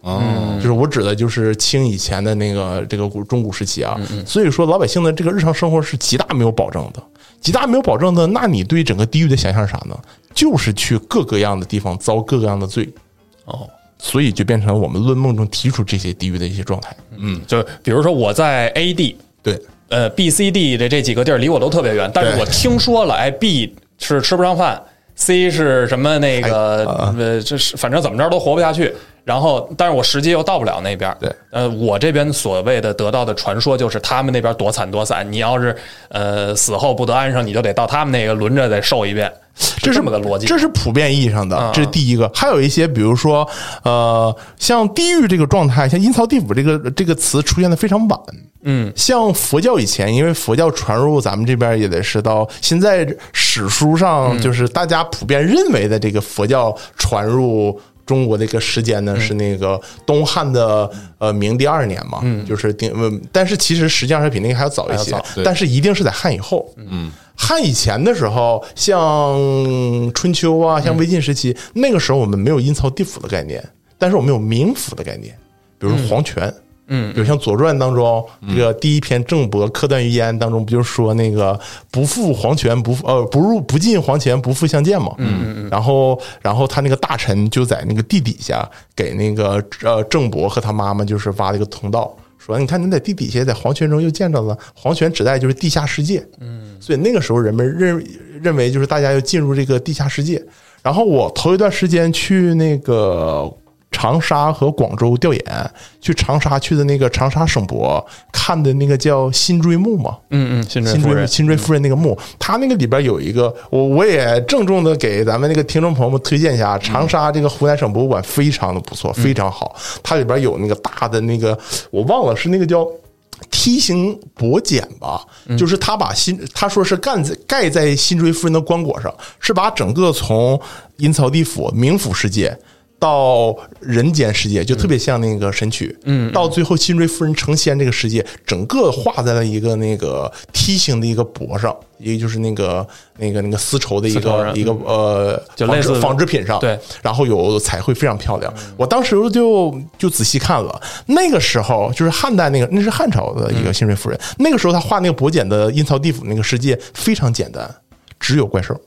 S3: 嗯，
S1: 就是我指的就是清以前的那个这个古中古时期啊，所以说老百姓的这个日常生活是极大没有保证的，极大没有保证的，那你对整个地狱的想象是啥呢？就是去各个样的地方遭各个样的罪，
S2: 哦，
S1: 所以就变成我们论梦中提出这些地狱的一些状态。
S2: 嗯就比如说我在 A 地，
S1: 对，
S2: 呃 B、C、D 的这几个地儿离我都特别远，但是
S1: 对
S2: 我听说了，哎，B 是吃不上饭，C 是什么
S1: 哎
S2: 那个
S1: 啊
S2: 呃，这是反正怎么着都活不下去。然后，但是我实际又到不了那边儿。
S1: 对
S2: 呃，我这边所谓的得到的传说就是他们那边多惨多惨，你要是呃死后不得安生，你就得到他们那个轮着得受一遍，
S1: 这是
S2: 是这么个逻辑。嗯
S1: 这是普遍意义上的，这是第一个。还有一些，比如说，呃，像地狱这个状态，像阴曹地府这个这个词出现的非常晚。嗯，像佛教以前，因为佛教传入咱们这边也得是到现在史书
S2: 嗯
S1: 上，就是大家普遍认为的这个佛教传入。中国的一个时间
S2: 嗯
S1: 呢是那个东汉的呃明第二年嘛，就是定，呃但是其实实际上是比那个还要早一
S2: 嗯还
S1: 些
S2: 要早，
S3: 对
S1: 但是一定是在汉以后。嗯，汉以前的时候，像春秋啊，像魏晋时期，那个时候我们没有阴曹地府的概念，但是我们有冥府的概念，比如说黄泉。嗯，比如像《左传》当中这个第一篇郑伯克段于鄢当中，不就说那个不负黄泉，不负呃不入不进黄泉，不负相见嘛。嗯嗯。然后然后他那个大臣就在那个地底下给那个呃郑伯和他妈妈就是挖了一个通道，说哎你看你在地底下，在黄泉中又见着了，黄泉指代就是地下世界，嗯，所以那个时候人们认认为就是大家要进入这个地下世界。然后我头一段时间去那个长沙和广州调研，去长沙去的那个长沙省博看的那个叫新追墓嘛，
S2: 嗯嗯，新
S1: 新追新追夫人那个墓，它那个里边有一个，我我也郑重的给咱们那个听众朋友们推荐一下，长沙这个湖南省博物馆非常的不错，非常好。它里边有那个大的那个，我忘了是那个叫。梯形薄茧吧，
S2: 嗯
S1: 就是他把新，他说是盖在盖在新追夫人的棺椁上，是把整个从阴曹地府、冥府世界到人间世界，就特别像那个神曲。嗯，到最后辛追夫人成仙这个世界，整个画在了一个那个梯形的一个帛上，也就是那个那个那个丝绸的一
S2: 丝绸
S1: 个
S2: 上嗯
S1: 一个呃，
S2: 就
S1: 纺
S2: 类
S1: 织
S2: 似
S1: 纺织品上。
S2: 对，
S1: 然后有彩绘非常漂亮。我当时就就仔细看了，那个时候就是汉代那个，那是汉朝的一个辛追夫人。那个时候他画那个薄茧的阴曹地府那个世界非常简单，只有怪兽。啊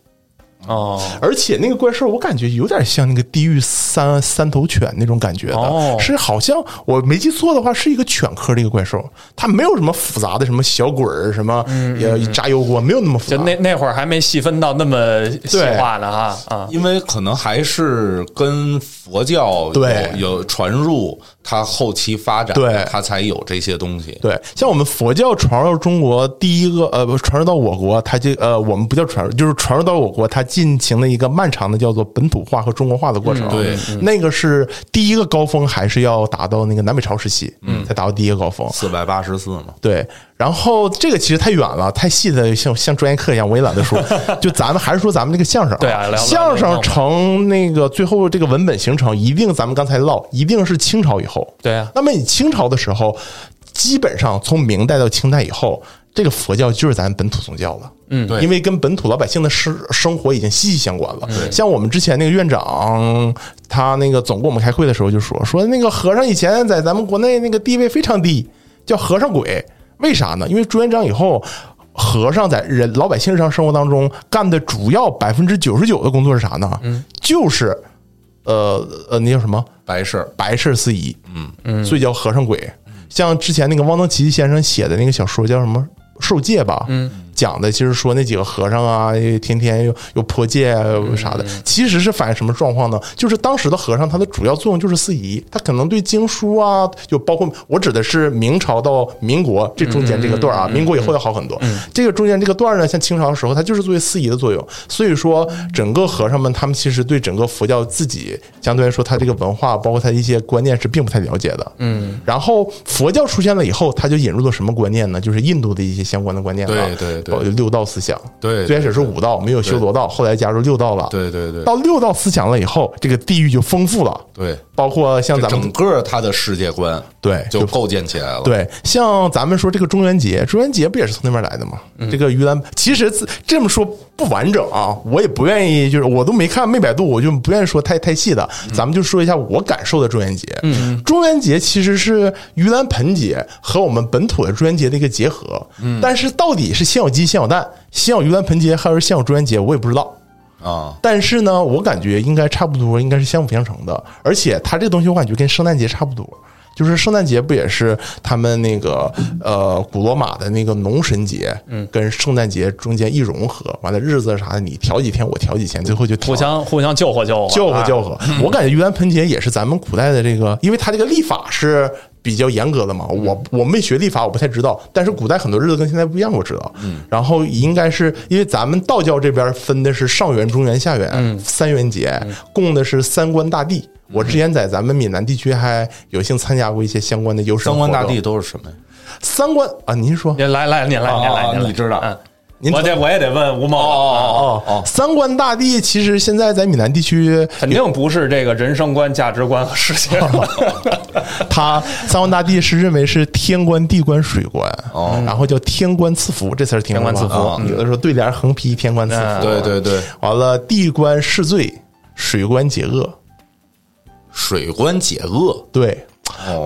S2: 哦，
S1: 而且那个怪兽，我感觉有点像那个地狱三三头犬那种感觉的，
S2: 哦
S1: 是好像我没记错的话，是一个犬科的一个怪兽，它没有什么复杂的什么小鬼儿什么也炸油锅，没有那么复
S2: 嗯就
S1: 杂。
S2: 那那会儿还没细分到那么细化呢哈啊，
S3: 因为可能还是跟佛教
S1: 对
S3: 有有传入，它后期发展，
S1: 对
S3: 它才有这些东西。
S1: 对，像我们佛教传入中国第一个呃，不传入到我国，它就呃，我们不叫传入，就是传入到我国，它进行了一个漫长的叫做本土化和中国化的过程。啊
S3: 对，
S1: 那个是第一个高峰，还是要达到那个南北朝时期，嗯，才达到第一个高峰。
S3: 四百八十四嘛，
S1: 对，然后这个其实太远了，太细的像像专业课一样，我也懒得 说。就咱们还是说咱们这个相声、
S2: 对啊聊聊
S1: 相声成那个最后这个文本形成，一定咱们刚才唠，一定是清朝以后。
S2: 对啊
S1: 那么你清朝的时候，基本上从明代到清代以后，这个佛教就是咱本土宗教了。嗯，
S3: 对
S1: 因为跟本土老百姓的生生活已经息息相关了。像我们之前那个院长，他那个总跟我们开会的时候就说，说那个和尚以前在咱们国内那个地位非常低，叫和尚鬼，为啥呢？因为朱元璋以后。和尚在人老百姓日常生活当中干的主要百分之九十九的工作是啥呢？嗯，就是，呃呃，那叫什么？
S3: 白事儿
S1: 白事司仪，嗯嗯，所以叫和尚鬼。像之前那个汪曾祺先生写的那个小说叫什么《受戒》吧，嗯，讲的就是说那几个和尚啊，天天又又破戒啊又啥的，其实是反映什么状况呢？就是当时的和尚他的主要作用就是司仪，他可能对经书啊，就包括我指的是明朝到民国这中间这个段
S3: 嗯
S1: 儿啊，民国以后要好很多。这个中间这个段儿呢，像清朝的时候，它就是作为司仪的作用，所以说整个和尚们他们其实对整个佛教自己相对来说，他这个文化包括他一些观念是并不太了解的。嗯，然后佛教出现了以后，他就引入了什么观念呢？就是印度的一些相关的观念了，
S3: 对对对
S1: 包括六道思想。
S3: 对
S1: 最开始是五道，没有修罗道，后来加入六道了。
S3: 对对对
S1: 到六道思想了以后，这个地狱就丰富了。
S3: 对，
S1: 包括像咱们
S3: 整个它的世界观
S1: 对
S3: 就
S1: 就
S3: 构建起来了。，
S1: 对，像咱们说这个中元节，中元节不也是从那边来的吗？这个盂兰，其实自这么说不完整啊，我也不愿意，就是我都没看没百度，我就不愿意说太太细的。咱们就说一下我感受的中元节。嗯，中元节其实是盂兰盆节和我们本土的中元节的一个结合。嗯，但是到底是先有鸡先有蛋，先有盂兰盆节还是先有中元节，我也不知道。
S3: 啊，
S1: 但是呢，我感觉应该差不多，应该是相辅相成的。而且它这东西我感觉跟圣诞节差不多，就是圣诞节不也是他们那个呃古罗马的那个农神节，嗯，跟圣诞节中间一融合，完了日子啥的你调几天我调几天，最后就调
S2: 互
S3: 哦
S2: 相互相救活救活
S1: 叫和
S2: 啊
S1: 叫和。
S3: 嗯
S1: 我感觉盂兰盆节也是咱们古代的这个，因为它这个历法是比较严格的嘛。
S3: 嗯
S1: 我我没学历法，我不太知道。但是古代很多日子跟现在不一样，我知道。
S3: 嗯
S1: 然后应该是因为咱们道教这边分的是上元、中元、下
S3: 嗯
S1: 元三元节，供的是三官大帝。我之前在咱们闽南地区还有幸参加过一些相关的游神
S3: 三官
S1: 活
S3: 大
S1: 动
S3: 帝都是什么呀？
S1: 三官啊，您说
S2: 您哎来来，您来，您
S3: 哦
S2: 来，您来
S3: 你知道
S2: 嗯
S1: 您
S2: 我这我也得问吴某嗯了，
S3: 哦哦，
S1: 三官大帝其实现在在闽南地区
S2: 肯定不是这个人生观、价值观和世界观。
S1: 他三皇大帝是认为是天官、地官、水官，
S3: 哦
S1: 然后叫天官赐福，这词儿听过吗
S2: 天官赐福
S1: 啊有的时候对联横批天官赐福，
S2: 嗯
S3: 对对对，
S1: 完了地官赦罪，水官解厄，
S3: 水官解厄。
S1: 对。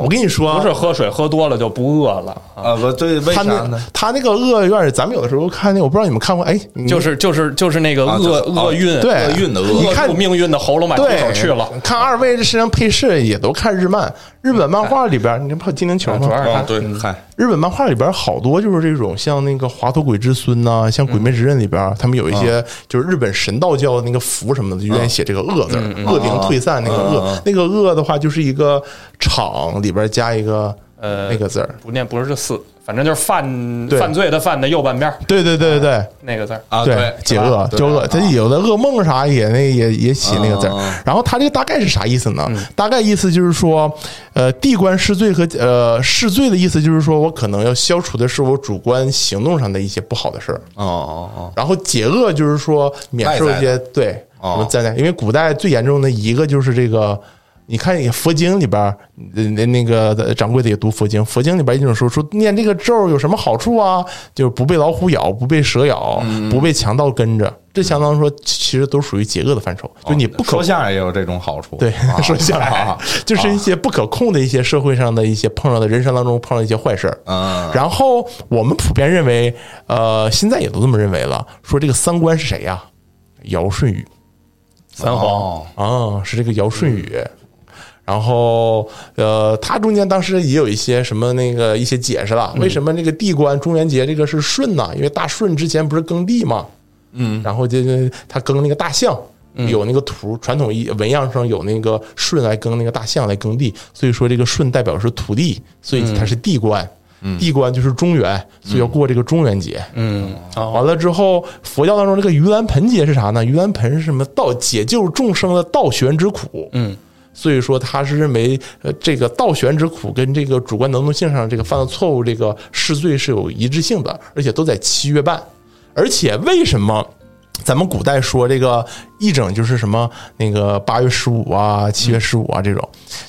S1: 我跟你说啊，
S2: 哦不是喝水喝多了就不饿了，
S3: 哦啊，不对，为
S1: 他
S3: 啥
S1: 那
S3: 呢？
S1: 他那个厄有点，咱们有的时候看那，我不知道你们看过，哎，你
S2: 就是就是就是那个
S3: 嗯啊就
S2: 厄
S3: 是哦
S2: 厄运，
S1: 对
S3: 厄运的厄
S1: 你
S2: 厄
S1: 看
S2: 入命运的喉咙把出
S1: 对
S2: 手去了。
S1: 看二位这身上配饰也都看日漫，日本漫画里边，你不有精灵球吗？
S2: 嗯主要是
S3: 啊，
S2: 他
S3: 对，
S1: 嗯
S3: 嗨，
S1: 日本漫画里边好多就是这种，像那个《华佗鬼之孙》呐，像《鬼灭之刃》里边，他们有一
S3: 嗯
S1: 些就是日本神道教的那个符什么的，就愿意写这个恶
S3: 嗯
S1: 字儿，恶灵退散那个恶，那个恶的话就是一个场里边加一个
S2: 呃
S1: 那个字儿。
S2: 不念不是这四，反正就是犯
S1: 对
S2: 犯罪的犯的右半边儿
S1: 对对对对对。
S2: 那个字儿。
S3: 啊，
S1: 对，解
S3: 吧
S1: 厄
S3: 对
S1: 就
S3: 吧
S1: 恶，他有的噩梦啥也那也也写那个字儿
S3: 嗯嗯嗯。嗯
S1: 然后他这个大概是啥意思呢？大概意思就是说，呃，地官赦罪和呃赦罪的意思就是说我可能要消除的是我主观行动上的一些不好的事儿。
S3: 哦哦哦，
S1: 然后解厄就是说免受一些对
S3: 哦
S1: 什么灾难，因为古代最严重的一个就是这个。你看佛经里边儿，呃那那个掌柜的也读佛经，佛经里边儿一种说说念这个咒有什么好处啊？就是不被老虎咬，不被蛇
S3: 哦
S1: 咬，不被强盗跟着。这相当于说，其实都属于邪恶的范畴，就你不可
S3: 哦说相声也有这种好处，
S1: 对
S3: 啊，
S1: 说下来
S3: 啊
S1: 就是一些不可控的一些社会上的一些碰到的人生当中碰到一些坏事儿。
S3: 嗯
S1: 然后我们普遍认为，呃，现在也都这么认为了，说这个三观是谁呀、尧舜禹
S2: 三皇
S3: 哦，
S1: 啊，是这个尧舜禹。然后，呃，他中间当时也有一些什么那个一些解释了，为什么那个地官中元节这个是舜呢？因为大舜之前不是耕地嘛，嗯，然后就就他耕那个大象，有那个图，传统一文样上有那个舜来耕那个大象来耕地，所以说这个舜代表是土地，所以它是地官，地官就是中原，所以要过这个中元节，
S2: 嗯，哦，
S1: 完了之后，佛教当中这个盂兰盆节是啥呢？盂兰盆是什么？道解救众生的道玄之苦。
S2: 嗯，
S1: 所以说他是认为，呃，这个道玄之苦跟这个主观能动性上这个犯的错误这个是罪是有一致性的，而且都在七月半。而且为什么咱们古代说这个一整就是什么那个八月十五啊、七月十五啊这种，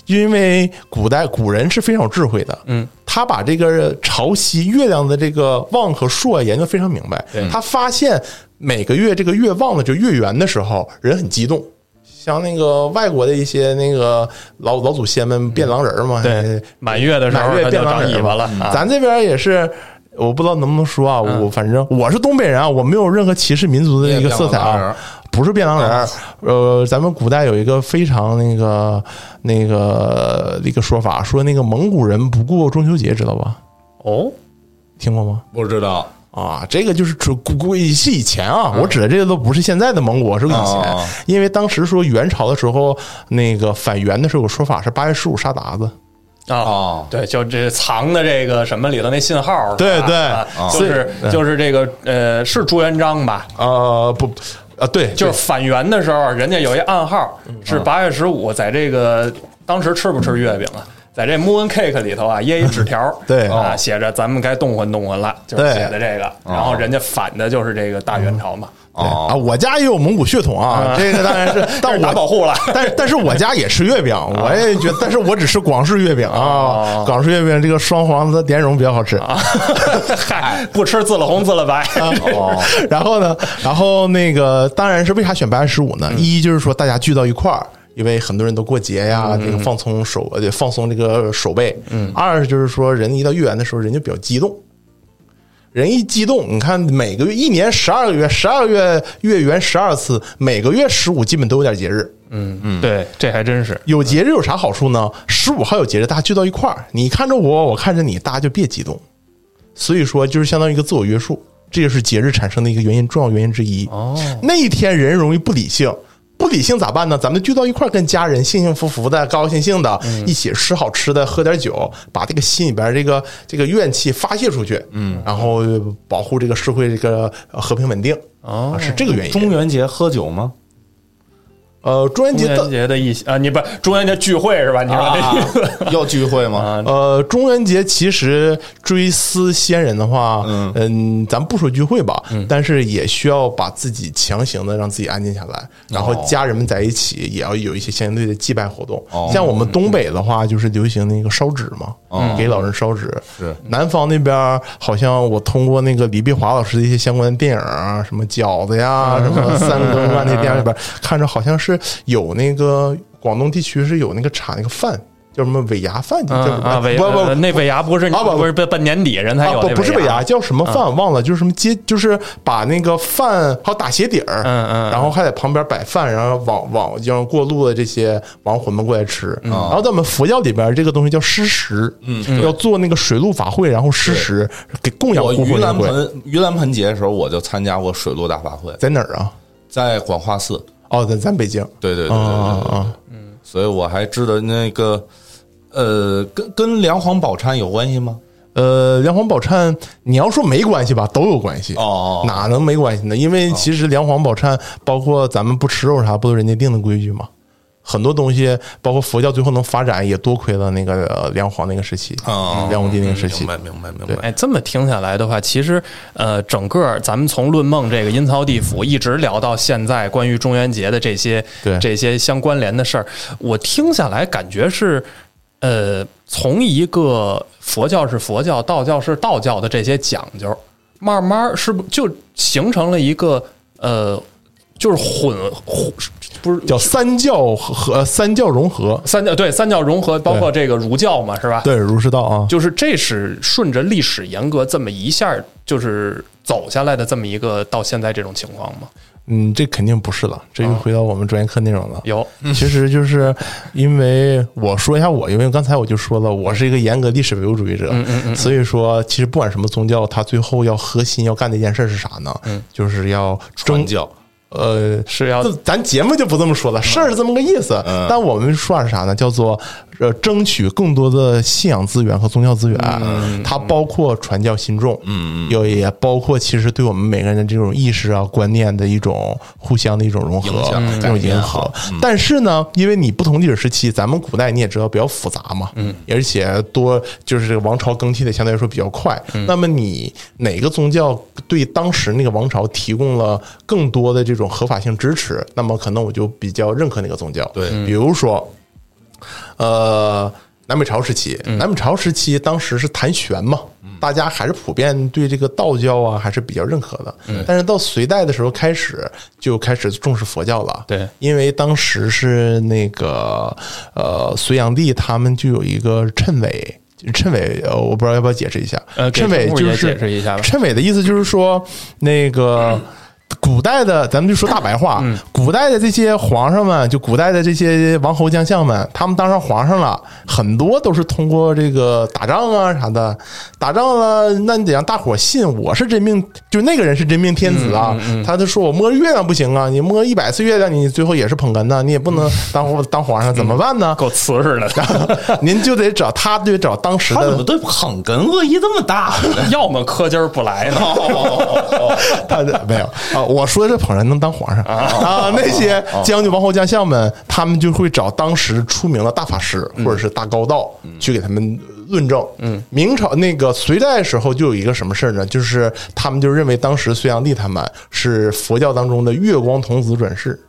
S1: 因为古代古人是非常有智慧的，嗯，他把这个潮汐、月亮的这个望和朔研究非常明白，他发现每个月这个月望的就月圆的时候，人很激动。像那个外国的一些那个老老祖先们变狼人儿嘛，
S2: 对，满月的时
S1: 满
S2: 候
S1: 月
S2: 他
S1: 变
S2: 就
S1: 狼
S2: 长
S1: 人
S2: 尾巴
S3: 嗯
S2: 了，啊
S1: 咱这边也是。我不知道能不能说啊，我反正我是东北人啊，我没有任何歧视民族的一个色彩
S3: 你也变狼人
S1: 啊
S3: 儿，
S1: 不是变狼人儿。呃，咱们古代有一个非常那个那个一个说法，说那个蒙古人不过中秋节，知道吧？
S2: 哦，
S1: 听过吗？
S3: 不知道
S1: 啊，这个就是指古古是以前啊，我指的这个都不是现在的蒙古，我是以前
S3: 哦，
S1: 因为当时说元朝的时候，那个反元的时候有说法是八月十五杀鞑子，
S2: 啊
S3: 哦，
S2: 对，就这藏的这个什么里头那信号是吧，
S1: 对对
S2: 啊
S1: 啊
S2: 就是就是这个呃，是朱元璋吧？
S1: 呃，不，啊，对，嗯
S2: 就是反元的时候，人家有一暗号是八月十五，在这个当时吃不吃月饼啊？在这 moon cake 里头啊，掖一纸条，
S1: 嗯对哦
S2: 啊，写着咱们该动换动换了，就是
S1: 对哦
S2: 写的这个。然后人家反的就是这个大元朝嘛，
S1: 对啊，
S3: 哦，
S1: 我家也有蒙古血统啊，这个当然 是，但
S2: 这
S1: 我
S2: 是打保护了。
S1: 但但是我家也吃月饼，我也觉得，但是我只吃广式月饼啊
S2: 哦，
S1: 广式月饼这个双黄的莲蓉比较好吃。
S2: 嗨，不吃自了红自了白，
S1: 然后呢，然后那个当然是为啥选八月十五呢？一就是说大家聚到一块儿。因为很多人都过节呀，这个放松手，呃放松这个手背。嗯，二就是说，人一到月圆的时候，人就比较激动，人一激动，你看每个月一年十二个月，十二月月圆十二次，每个月十五基本都有点节日。嗯
S2: 对，这还真是。
S1: 有节日有啥好处呢？十五号有节日，大家聚到一块儿，你看着我，我看着你，大家就别激动。所以说，就是相当于一个自我约束，这就是节日产生的一个原因，重要原因之一。哦，那一天人容易不理性，不理性咋办呢？咱们聚到一块儿，跟家人幸幸福福的、高高兴兴的，一起吃好吃的，喝点酒，把这个心里边这个这个怨气发泄出去。嗯，然后保护这个社会这个呃和平稳定。哦，是这个原因。
S3: 中元节喝酒吗？
S1: 呃，中元节
S2: 中
S1: 的
S2: 元节的一些啊，你不中元节聚会是吧？你
S1: 啊
S2: 说这意思
S3: 啊要聚会吗？
S2: 啊？
S1: 呃，中元节其实追思先人的话，嗯
S3: 嗯
S1: 咱不说聚会吧，但是也需要把自己强行的让自己安静下
S3: 哦
S1: 来，然后家人们在一起也要有一些相对的祭拜活动。
S3: 哦
S1: 像我们东北的话，就是流行那个烧纸嘛，
S3: 哦
S1: 给老人烧纸。
S3: 是
S1: 南方那边儿好像我通过那个李碧华老师的一些相关的电影啊，什么饺子呀，
S3: 嗯
S1: 什么三更啊，那电影里边 儿看着好像是有那个广东地区是有那个产那个饭。叫什么尾牙饭？叫什么
S2: 啊，尾
S1: 不不
S2: 呃那尾牙不是
S1: 啊不
S2: 不是奔奔年底人才有
S1: 啊，不
S2: 那嗯
S1: 不是
S2: 尾
S1: 尾牙，叫什么饭、忘了，就是什么接，就是把那个饭好打鞋底儿，
S2: 嗯嗯
S1: 然后还在旁边摆饭，然后往往让过路的这些亡魂们过来吃。
S2: 嗯
S1: 然后在我们佛教里边，这个东西叫施食，嗯，要做那个水陆法会，然后施食给供养
S3: 我
S1: 孤魂
S3: 盂
S1: 野
S3: 兰
S1: 鬼。
S3: 盆盂兰盆节的时候，我就参加过水陆大法会，
S1: 在哪儿啊？
S3: 在广化寺。
S1: 哦，在咱北京。
S3: 对对对
S1: 啊
S3: 对对
S1: 啊啊！
S3: 所以我还知道那个，呃，跟跟梁皇宝钗有关系吗？
S1: 呃，梁皇宝钗，你要说没关系吧，都有关系
S3: 哦哦
S1: 哪能没关系呢？因为其实梁皇宝钗，包括咱们不吃肉啥，不都人家定的规矩吗？很多东西，包括佛教最后能发展，也多亏了那个呃梁皇那个时期，嗯
S3: 哦
S1: 梁武帝那个时期
S3: 明。白明白明
S1: 对
S3: 白。
S2: 哎，这么听下来的话，其实呃，整个咱们从《论梦》这个阴曹地府一直聊到现在，关于中元节的这些
S1: 对
S2: 这些相关联的事儿，我听下来感觉是。呃，从一个佛教是佛教，道教是道教的这些讲究，慢慢是不就形成了一个呃，就是混混不是
S1: 叫三教和呃三教融合，
S2: 三教对三教融合，包括这个儒教嘛，是吧？
S1: 对儒释道啊，
S2: 就是这是顺着历史沿革这么一下就是走下来的这么一个到现在这种情况吗？
S1: 嗯，这肯定不是了，这又回到我们专业课内容
S3: 哦
S1: 了。
S2: 有，
S1: 其实就是因为我说一下我，因为刚才我就说了，我是一个严格历史唯物主义者，
S3: 嗯
S1: 所以说其实不管什么宗教，它最后要核心要干的一件事是啥呢？就是要
S3: 嗯传
S1: 争
S3: 教，
S1: 呃，
S2: 是要
S1: 这咱节目就不这么说了，事儿是这么个意思。
S3: 嗯
S1: 但我们说的是啥呢？叫做呃，争取更多的信仰资源和宗教资源，它包括传教信众，嗯，又也包括其实对我们每个人的这种意识啊、观念的一种互相的一种融合
S3: 影响、
S1: 这
S3: 改
S1: 种
S3: 变嗯
S1: 迎合。但是呢，因为你不同历史时期，咱们古代你也知道比较复杂嘛，嗯，而且多就是这个王朝更替的相对来说比较快。
S3: 嗯
S1: 那么你哪个宗教对当时那个王朝提供了更多的这种合法性支持，那么可能我就比较认可那个宗教。
S3: 对嗯
S1: 比如说，呃。南北朝时期，
S2: 嗯
S1: 南北朝时期当时是谈玄嘛，大家还是普遍对这个道教啊还是比较认可的。
S2: 嗯
S1: 但是到隋代的时候开始就开始重视佛教了，
S2: 对
S1: 因为当时是那个呃隋炀帝他们就有一个谶纬。谶纬，呃，我不知道要不要解释一下。
S2: 呃给
S1: 谶纬
S2: 中国
S1: 就
S2: 也
S1: 是
S2: 解释一下吧嗯
S1: 谶纬的意思就是说，那个古代的，咱们就说大白话，古代的这些皇上们，就古代的这些王侯将相们，他们当上皇上了，很多都是通过这个打仗啊啥的，打仗了，那你得让大伙信我是真命，就那个人是真命天子啊，他就说我摸月亮不行啊，你摸一百次月亮，你最后也是捧哏呐，你也不能当皇当皇上，怎么办呢？
S2: 够瓷实 的，
S1: 您就得找他，就得找当时
S3: 他怎么
S1: 的，
S3: 对捧哏恶意这么大呢？
S2: 要么磕尖儿不来
S1: 哦
S2: 呢。
S1: 他的没有啊。我说这捧人能当皇上啊，那些将军、王侯将相们，他们就会找当时出名的大法师或者是大高道去给他们论证。嗯，明朝那个隋代时候就有一个什么事儿呢？就是他们就认为当时隋炀帝他们是佛教当中的月光童子转世。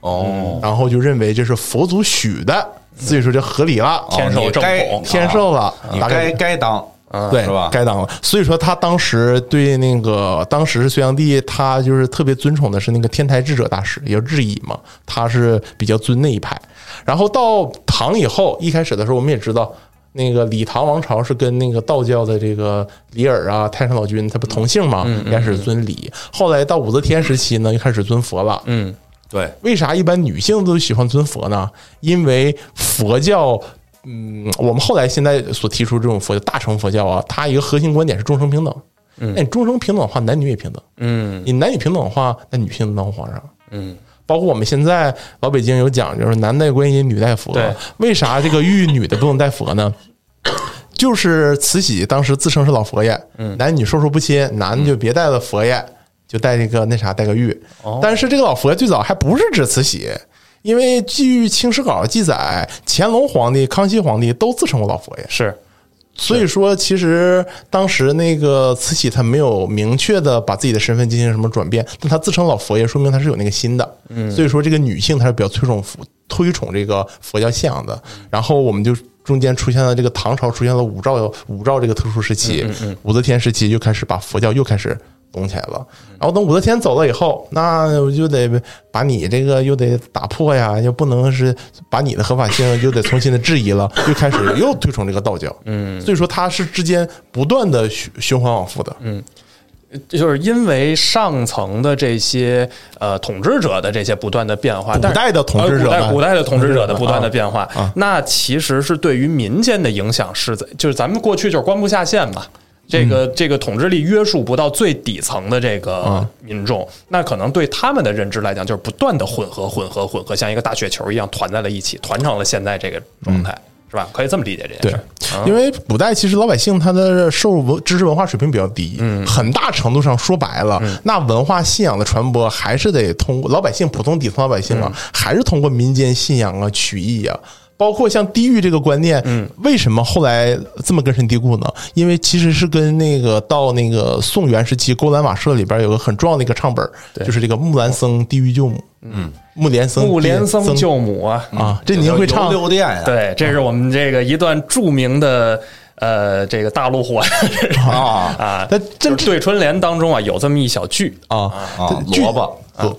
S3: 哦，
S1: 然后就认为这是佛祖许的，所以说就合理了，
S2: 天授正统
S1: 天授了，
S3: 哦啊你
S1: 大概
S3: 该该当，
S1: 对
S3: 嗯是吧？
S1: 该当了。所以说他当时对那个当时隋炀帝，他就是特别尊崇的是那个天台智者大师，也就是智已嘛，他是比较尊那一派。然后到唐以后，一开始的时候我们也知道。那个李唐王朝是跟那个道教的这个李耳啊、太上老君，他不同姓嘛，
S3: 嗯
S1: 一开始尊李，后来到武则天时期呢，又开始尊佛了。
S2: 嗯，
S3: 对，
S1: 为啥一般女性都喜欢尊佛呢？因为佛教，嗯，我们后来现在所提出这种佛教大乘佛教啊，它一个核心观点是众生平等。嗯，那你众生平等的话，男女也平等。嗯，你男女平等的话，那女性能当皇上。嗯，包括我们现在老北京有讲，就是男戴观音，女戴佛
S2: 对。
S1: 为啥这个玉女的不能戴佛呢？ 就是慈禧当时自称是老佛爷，男女授受不亲，男的就别带了佛爷，就带这个那啥带个玉。但是这个老佛爷最早还不是指慈禧，因为据《清史稿》记载，乾隆皇帝、康熙皇帝都自称过老佛爷。
S2: 是
S1: 所以说，其实当时那个慈禧她没有明确的把自己的身份进行什么转变，但她自称老佛爷，说明她是有那个心的。嗯，所以说这个女性她是比较推崇佛推崇这个佛教信仰的。然后我们就中间出现了这个唐朝出现了武曌武曌这个特殊时期，武则天时期又开始把佛教又开始。懂起来了，然后等武则天走了以后，那我就得把你这个又得打破呀，又不能是把你的合法性又得重新的质疑了，又开始又推崇这个道教，嗯，所以说它是之间不断的循循环往复的，嗯，
S2: 就是因为上层的这些呃统治者的这些不断的变化，
S1: 古
S2: 但是
S1: 代的统治者
S2: 呃古代
S1: 们
S2: 古代的统治者的不断的变化，
S1: 啊
S2: 那其实是对于民间的影响是在，就是咱们过去就是官不下县嘛。这个
S1: 嗯
S2: 这个统治力约束不到最底层的这
S1: 啊
S2: 个民众，那可能对他们的认知来讲，就是不断的混合、混合、混合，像一个大雪球一样团在了一起，团成了现在这个状态。是吧？可以这么理解这件
S1: 嗯对
S2: 事儿。，
S1: 因为古代其实老百姓他的受文知识文化水平比较低，
S2: 嗯
S1: 很大程度上说白了，那文化信仰的传播还是得通过老百姓、普通底层老百姓
S2: 嗯
S1: 啊，还是通过民间信仰啊、曲艺啊。包括像地狱这个观念，
S2: 嗯
S1: 为什么后来这么根深蒂固呢？因为其实是跟那个到那个宋元时期，勾栏瓦舍里边有个很重要的一个唱本儿，就是这个木兰僧地狱救母。嗯，木莲僧
S2: 木莲僧
S1: 僧
S2: 救母啊，
S1: 啊，这您会唱？
S3: 六殿啊？
S2: 对，这是我们这个一段著名的呃，这个大陆火
S3: 啊
S2: 啊，
S1: 那
S2: 就
S1: 真
S2: 是对春联当中啊有这么一小句
S1: 啊
S3: 啊
S1: 这，剧
S3: 萝卜啊
S1: 不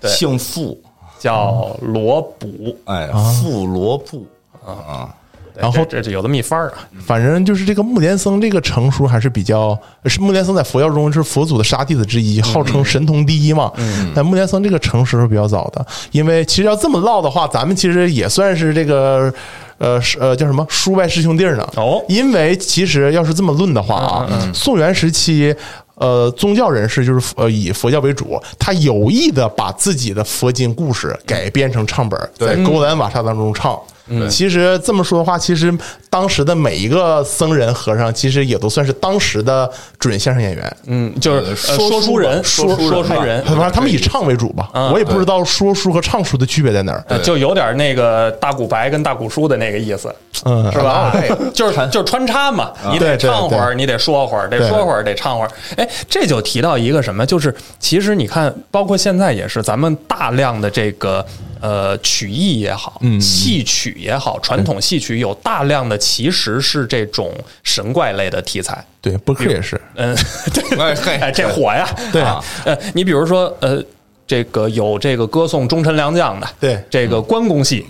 S2: 对
S3: 姓傅，
S2: 叫罗卜，
S3: 哎，傅罗布啊，
S2: 对
S1: 然后
S2: 这这就有这么一番儿啊，
S1: 反正就是这个木莲僧这个成书还是比较，呃是木莲僧在佛教中是佛祖的杀弟子之一，号称神童第一嘛。
S3: 嗯
S1: 但木莲僧这个成书是比较早的，因为其实要这么唠的话，咱们其实也算是这个。呃，是呃，叫什么叔外师兄弟儿呢？
S2: 哦
S1: 因为其实要是这么论的话啊，
S2: 嗯
S1: 宋元时期，呃，宗教人士就是呃以佛教为主，他有意的把自己的佛经故事改编成唱本儿，在勾栏瓦刹当中唱。
S2: 嗯
S1: 其实这么说的话，其实当时的每一个僧人和尚，其实也都算是当时的准相声演员。
S2: 嗯，就是呃
S3: 说
S2: 说书
S3: 书
S2: 人，
S3: 吧
S2: 说
S3: 说书
S2: 说
S3: 人吧
S2: 书人，
S1: 反正他们以唱为主吧，
S2: 嗯
S1: 我也不知道说书和唱书的区别在哪儿。
S2: 呃就有点那个大古白跟大古书的那个意思，
S1: 嗯，啊
S2: 是吧？
S3: 哎
S2: 就是就是穿插嘛，你
S1: 对
S2: 得
S1: 对
S2: 唱会儿，
S1: 对
S2: 你得说会儿，得
S1: 对
S2: 说会儿，得唱会儿。哎，这就提到一个什么，就是其实你看，包括现在也是，咱们大量的这个呃曲艺也好，
S1: 嗯
S2: 戏曲也好，传统戏曲有大量的其实是这种神怪类的题材。
S1: 对，播客也是，
S2: 嗯，对，
S3: 哎嘿
S2: 哎，这火呀，
S1: 对
S2: 啊，呃，你比如说，呃，这个有这个歌颂忠臣良将的，
S1: 对
S2: 这个关公戏，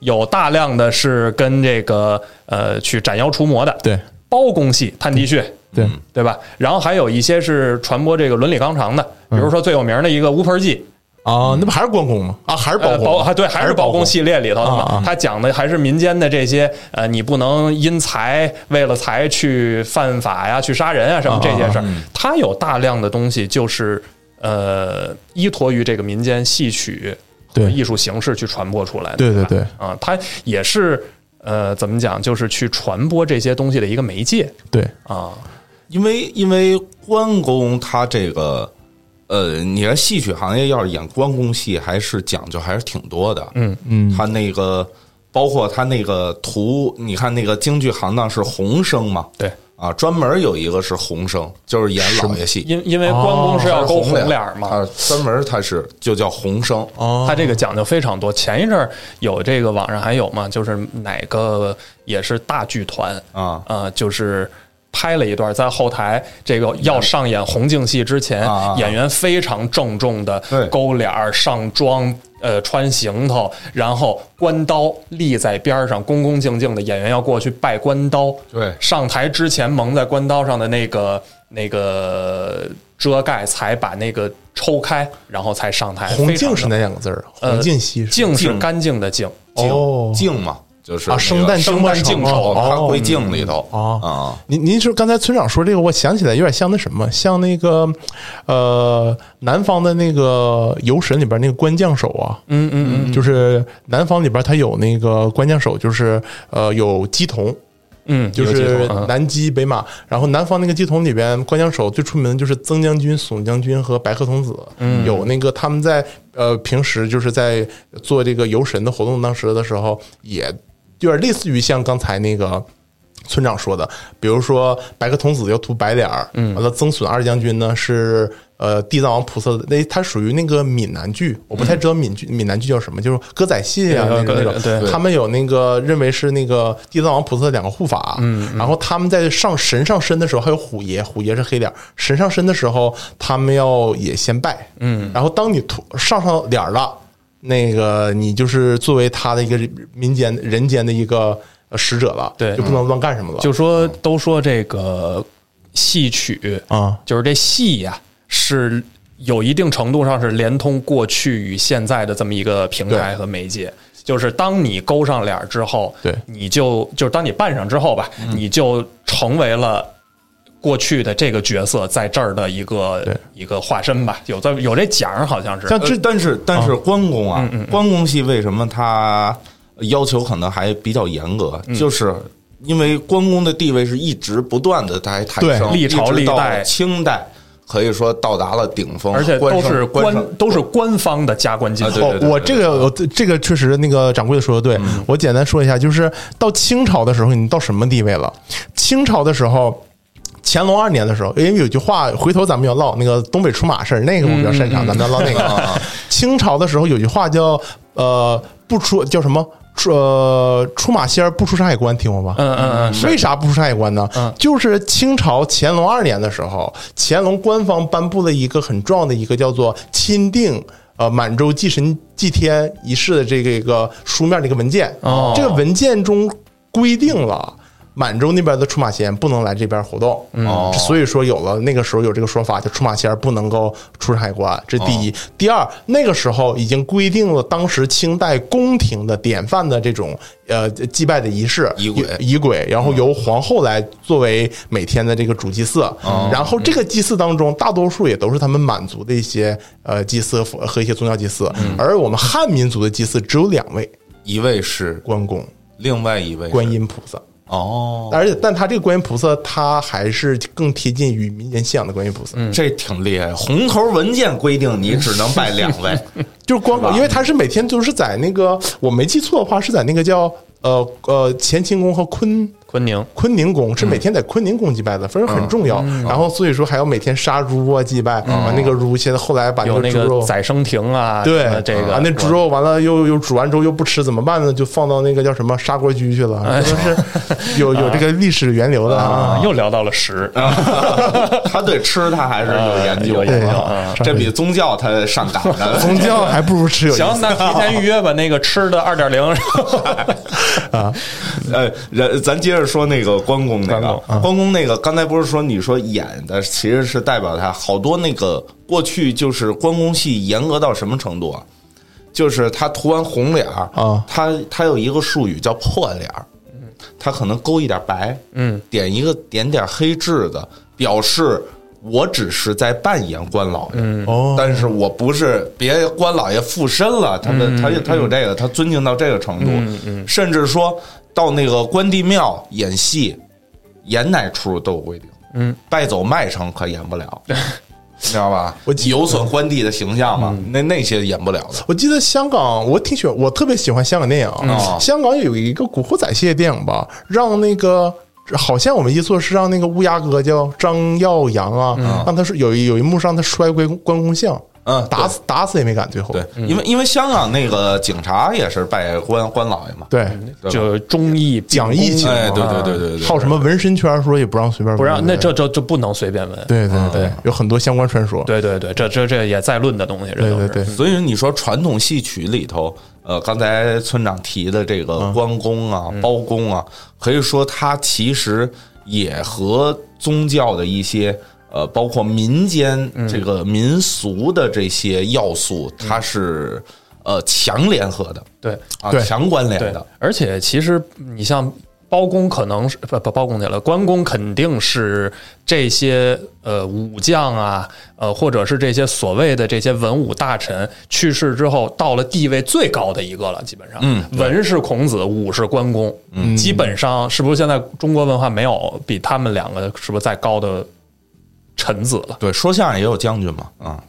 S2: 有大量的是跟这个呃去斩妖除魔的，
S1: 对，
S2: 包公戏、探地穴，
S1: 对，
S2: 对吧？然后还有一些是传播这个伦理纲常的，比如说最有名的一个乌盆记，
S1: 啊，那不还是关公吗？啊，还是包
S2: 呃，包
S1: 公？
S2: 还对，还是包公
S1: 公
S2: 系列里头的
S1: 啊
S2: 嘛
S1: 啊。
S2: 他讲的还是民间的这些，呃，你不能因财为了财去犯法呀，去杀人啊什么这些事儿。他有大量的东西就是呃依托于这个民间戏曲和
S1: 对
S2: 艺术形式去传播出来的。
S1: 对对
S2: 吧
S1: 对
S2: 啊，他也是呃怎么讲，就是去传播这些东西的一个媒介
S1: 对，
S2: 啊。
S3: 因为因为关公他这个，呃，你看戏曲行业要是演关公戏，还是讲究还是挺多的。嗯嗯，他那个包括他那个图，你看那个京剧行当是红生嘛？
S2: 对
S3: 啊，专门有一个是红生，就是演老爷戏，
S2: 因因为
S1: 哦
S2: 关公是要
S3: 他
S2: 勾红
S3: 脸
S2: 脸儿嘛，
S3: 他专门他是就叫红生。
S2: 它这个讲究非常多。前一阵儿有这个网上还有嘛，就是哪个也是大剧团
S3: 啊
S2: 呃，就是。拍了一段，在后台这个要上演红净戏之前
S3: 啊啊啊，
S2: 演员非常郑重的
S3: 对
S2: 勾脸儿、上妆、呃穿行头，然后关刀立在边儿上，恭恭敬敬的。演员要过去拜关刀，
S3: 对
S2: 上台之前蒙在关刀上的那个那个遮盖才把那个抽开，然后才上台。
S1: 红
S2: 非常
S1: 净是
S2: 的
S1: 哪两个字儿？啊
S2: 呃
S1: 红净西是
S2: 净是干净的净，
S1: 哦
S3: 净净嘛，就是
S1: 啊，生旦
S2: 生旦净
S1: 净
S2: 丑
S1: 丑，
S3: 他
S1: 哦
S3: 归净里头
S1: 哦
S3: 啊。
S1: 您您说刚才村长说这个，我想起来有点像那什么，像那个呃南方的那个游神里边那个关将手啊，嗯嗯嗯，就是南方里边它有那个关将手，就是呃有鸡童。
S2: 嗯，
S1: 就
S2: 有这
S1: 是
S2: 种啊
S1: 南鸡北马，然后南方那个鸡童里边，关将手最出名的就是曾将军、宋将军和白鹤童子，
S2: 嗯
S1: 嗯有那个他们在呃平时就是在做这个游神的活动，当时的时候也有点类似于像刚才那个。村长说的，比如说白鹤童子要涂白脸儿，嗯，完了曾损二将军呢是呃地藏王菩萨的，那他属于那个闽南剧，我不太知道闽剧闽南剧叫什么，就是歌仔戏啊
S2: 嗯对
S1: 那种那
S2: 歌对
S1: 种，他们有那个认为是那个地藏王菩萨的两个护法，嗯，然后他们在上神上身的时候还有虎爷，虎爷是黑脸儿，神上身的时候他们要也先拜，嗯，然后当你涂上上脸儿了。那个你就是作为他的一个民间人间的一个呃使者了，
S2: 对
S1: 就不能乱干什么了。
S2: 就说都说这个戏曲
S1: 啊
S2: 就是这戏呀、是有一定程度上是连通过去与现在的这么一个平台
S1: 对
S2: 和媒介。就是当你勾上脸儿之后，
S1: 对
S2: 你就就是当你扮上之后吧，你就成为了。过去的这个角色在这儿的一个
S1: 对
S2: 一个化身吧，有这有这奖儿好像是，哦嗯
S1: 像
S3: 呃
S1: 之
S3: 但是但是关公啊，关公戏为什么他要求可能还比较严格，
S2: 嗯
S3: 就是因为关公的地位是一直不断的在抬升，
S2: 对历朝
S3: 一直
S2: 历
S3: 到
S2: 代
S3: 了清代可以说到达了顶峰，
S2: 而且
S3: 官
S2: 都
S3: 升
S2: 是
S3: 官升
S2: 官都是官方的加官进
S3: 啊对嗯
S2: 爵。
S1: 哦，我这个我这个确实那个掌柜的说的对，我简单说一下，就是到清朝的时候，你到什么地位了？清朝的时候。乾隆二年的时候，因为有句话，回头咱们要唠那个东北出马事儿，那个我比较擅
S3: 嗯
S1: 长，咱们要唠那
S3: 啊
S1: 个。 清朝的时候有句话叫呃不出叫什么出呃出马仙儿不出山海关，听过吧？
S2: 嗯嗯嗯，是嗯
S1: 为啥不出山海关呢？就是清朝乾隆二年的时候，乾隆官方颁布了一个很重要的一个叫做《钦定》。呃，满洲祭神祭天仪式的这个一个书面的一个文件，
S2: 哦
S1: 这个文件中规定了满洲那边的出马仙不能来这边活动，
S2: 嗯
S3: 哦
S1: 所以说有了那个时候有这个说法，就出马仙不能够出海关，这是
S3: 哦
S1: 第一。第二，那个时候已经规定了当时清代宫廷的典范的这种呃祭拜的仪式，
S3: 仪轨
S1: 有仪轨，然后由皇后来作为每天的这个主祭祀，
S3: 哦
S1: 然后这个祭祀当中，大多数也都是他们满族的一些呃祭祀和和一些宗教祭祀，
S3: 嗯
S1: 而我们汉民族的祭祀只有两位，
S3: 一位是
S1: 关公、
S3: 另外一位是
S1: 观音菩萨。
S3: 哦，
S1: 而且，但他这个观音菩萨，他还是更贴近于民间信仰的观音菩萨，
S3: 这挺厉害。红头文件规定你只能拜两 位，
S1: 就是关公，因为他是每天就是在那个，我没记错的话，是在那个叫呃呃乾清宫和坤
S2: 昆宁。
S1: 坤宁宫是每天在坤宁宫祭拜的，反正很重要。
S2: 嗯
S1: 然后所以说还要每天杀猪啊祭拜，啊那个猪现在后来把
S2: 有
S1: 个
S2: 那
S1: 猪
S2: 个
S1: 肉。
S2: 宰生亭啊，
S1: 对
S2: 什么这个
S1: 啊，那猪肉完了又又煮完之后又不吃怎么办呢？就放到那个叫什么砂锅居去了，这都是有有这个历史源流的
S2: 哎啊
S1: 啊，。
S2: 又聊到了食，
S3: 他对吃他还是哎有研究
S2: 有
S1: 对
S2: 研
S3: 的，
S1: 啊
S3: 这比宗教他上赶 的。
S1: 宗教还不如吃有意思
S2: 行，那提前预约吧。那个吃的二点零，
S3: 呃，人咱接着说那个关公那
S2: 关
S3: 个
S2: 公
S1: 啊
S3: 关公那个，刚才不是说你说演的其实是代表他好多那个过去就是关公戏严格到什么程度啊？就是他涂完红脸儿
S1: 啊
S3: 他他有一个术语叫破脸儿，他可能勾一点白，嗯，点一个点点黑痣子，表示我只是在扮演关老爷，嗯
S1: 哦
S3: 但是我不是别关老爷附身了，他们他有他有这个，他尊敬到这个程度，甚至说到那个关帝庙演戏，演哪出都有规定，嗯，败走麦城可演不 了。你知道吧？
S1: 我记
S3: 有损关帝的形象嘛？那那些演不了的。
S1: 我记得香港，我挺喜欢，我特别喜欢香港电影。
S2: 嗯
S3: 哦
S1: 香港有一个《古惑仔》系列电影吧，让那个好像我没记错是让那个乌鸦哥叫张耀扬啊，让他是有一有一幕是让他摔关关公像，
S3: 嗯
S1: 打死打死也没敢，最后
S3: 对，因为因为香港那个警察也是拜关关老爷嘛，
S1: 对
S2: 就忠义
S1: 讲义气嘛，
S3: 哎，对对对对对，
S1: 还有什么纹身圈说也不让随便纹，
S2: 不让，那这这这不能随便问。
S1: 对对对，
S3: 嗯
S1: 有很多相关传说，
S2: 对对对，这这这也在论的东西，这
S1: 对
S2: 都
S1: 对
S2: 是
S1: 对，
S3: 所以你说传统戏曲里头，呃，刚才村长提的这个
S1: 嗯
S3: 关公啊、包公啊，可以说它其实也和宗教的一些呃，包括民间这
S1: 嗯
S3: 个民俗的这些要素，它是呃强联合的
S2: 对
S3: 啊，
S1: 对
S3: 强关联
S2: 对
S3: 的。，
S2: 而且其实你像包公，可能是呃不不包公去了，关公肯定是这些呃武将啊，呃或者是这些所谓的这些文武大臣去世之后，到了地位最高的一个了，基本上，
S3: 嗯
S2: 文是孔子，武是关公，嗯，基本上是不是现在中国文化没有比他们两个是不是再高的臣子了？
S3: 对，说相声也有将军嘛， 啊、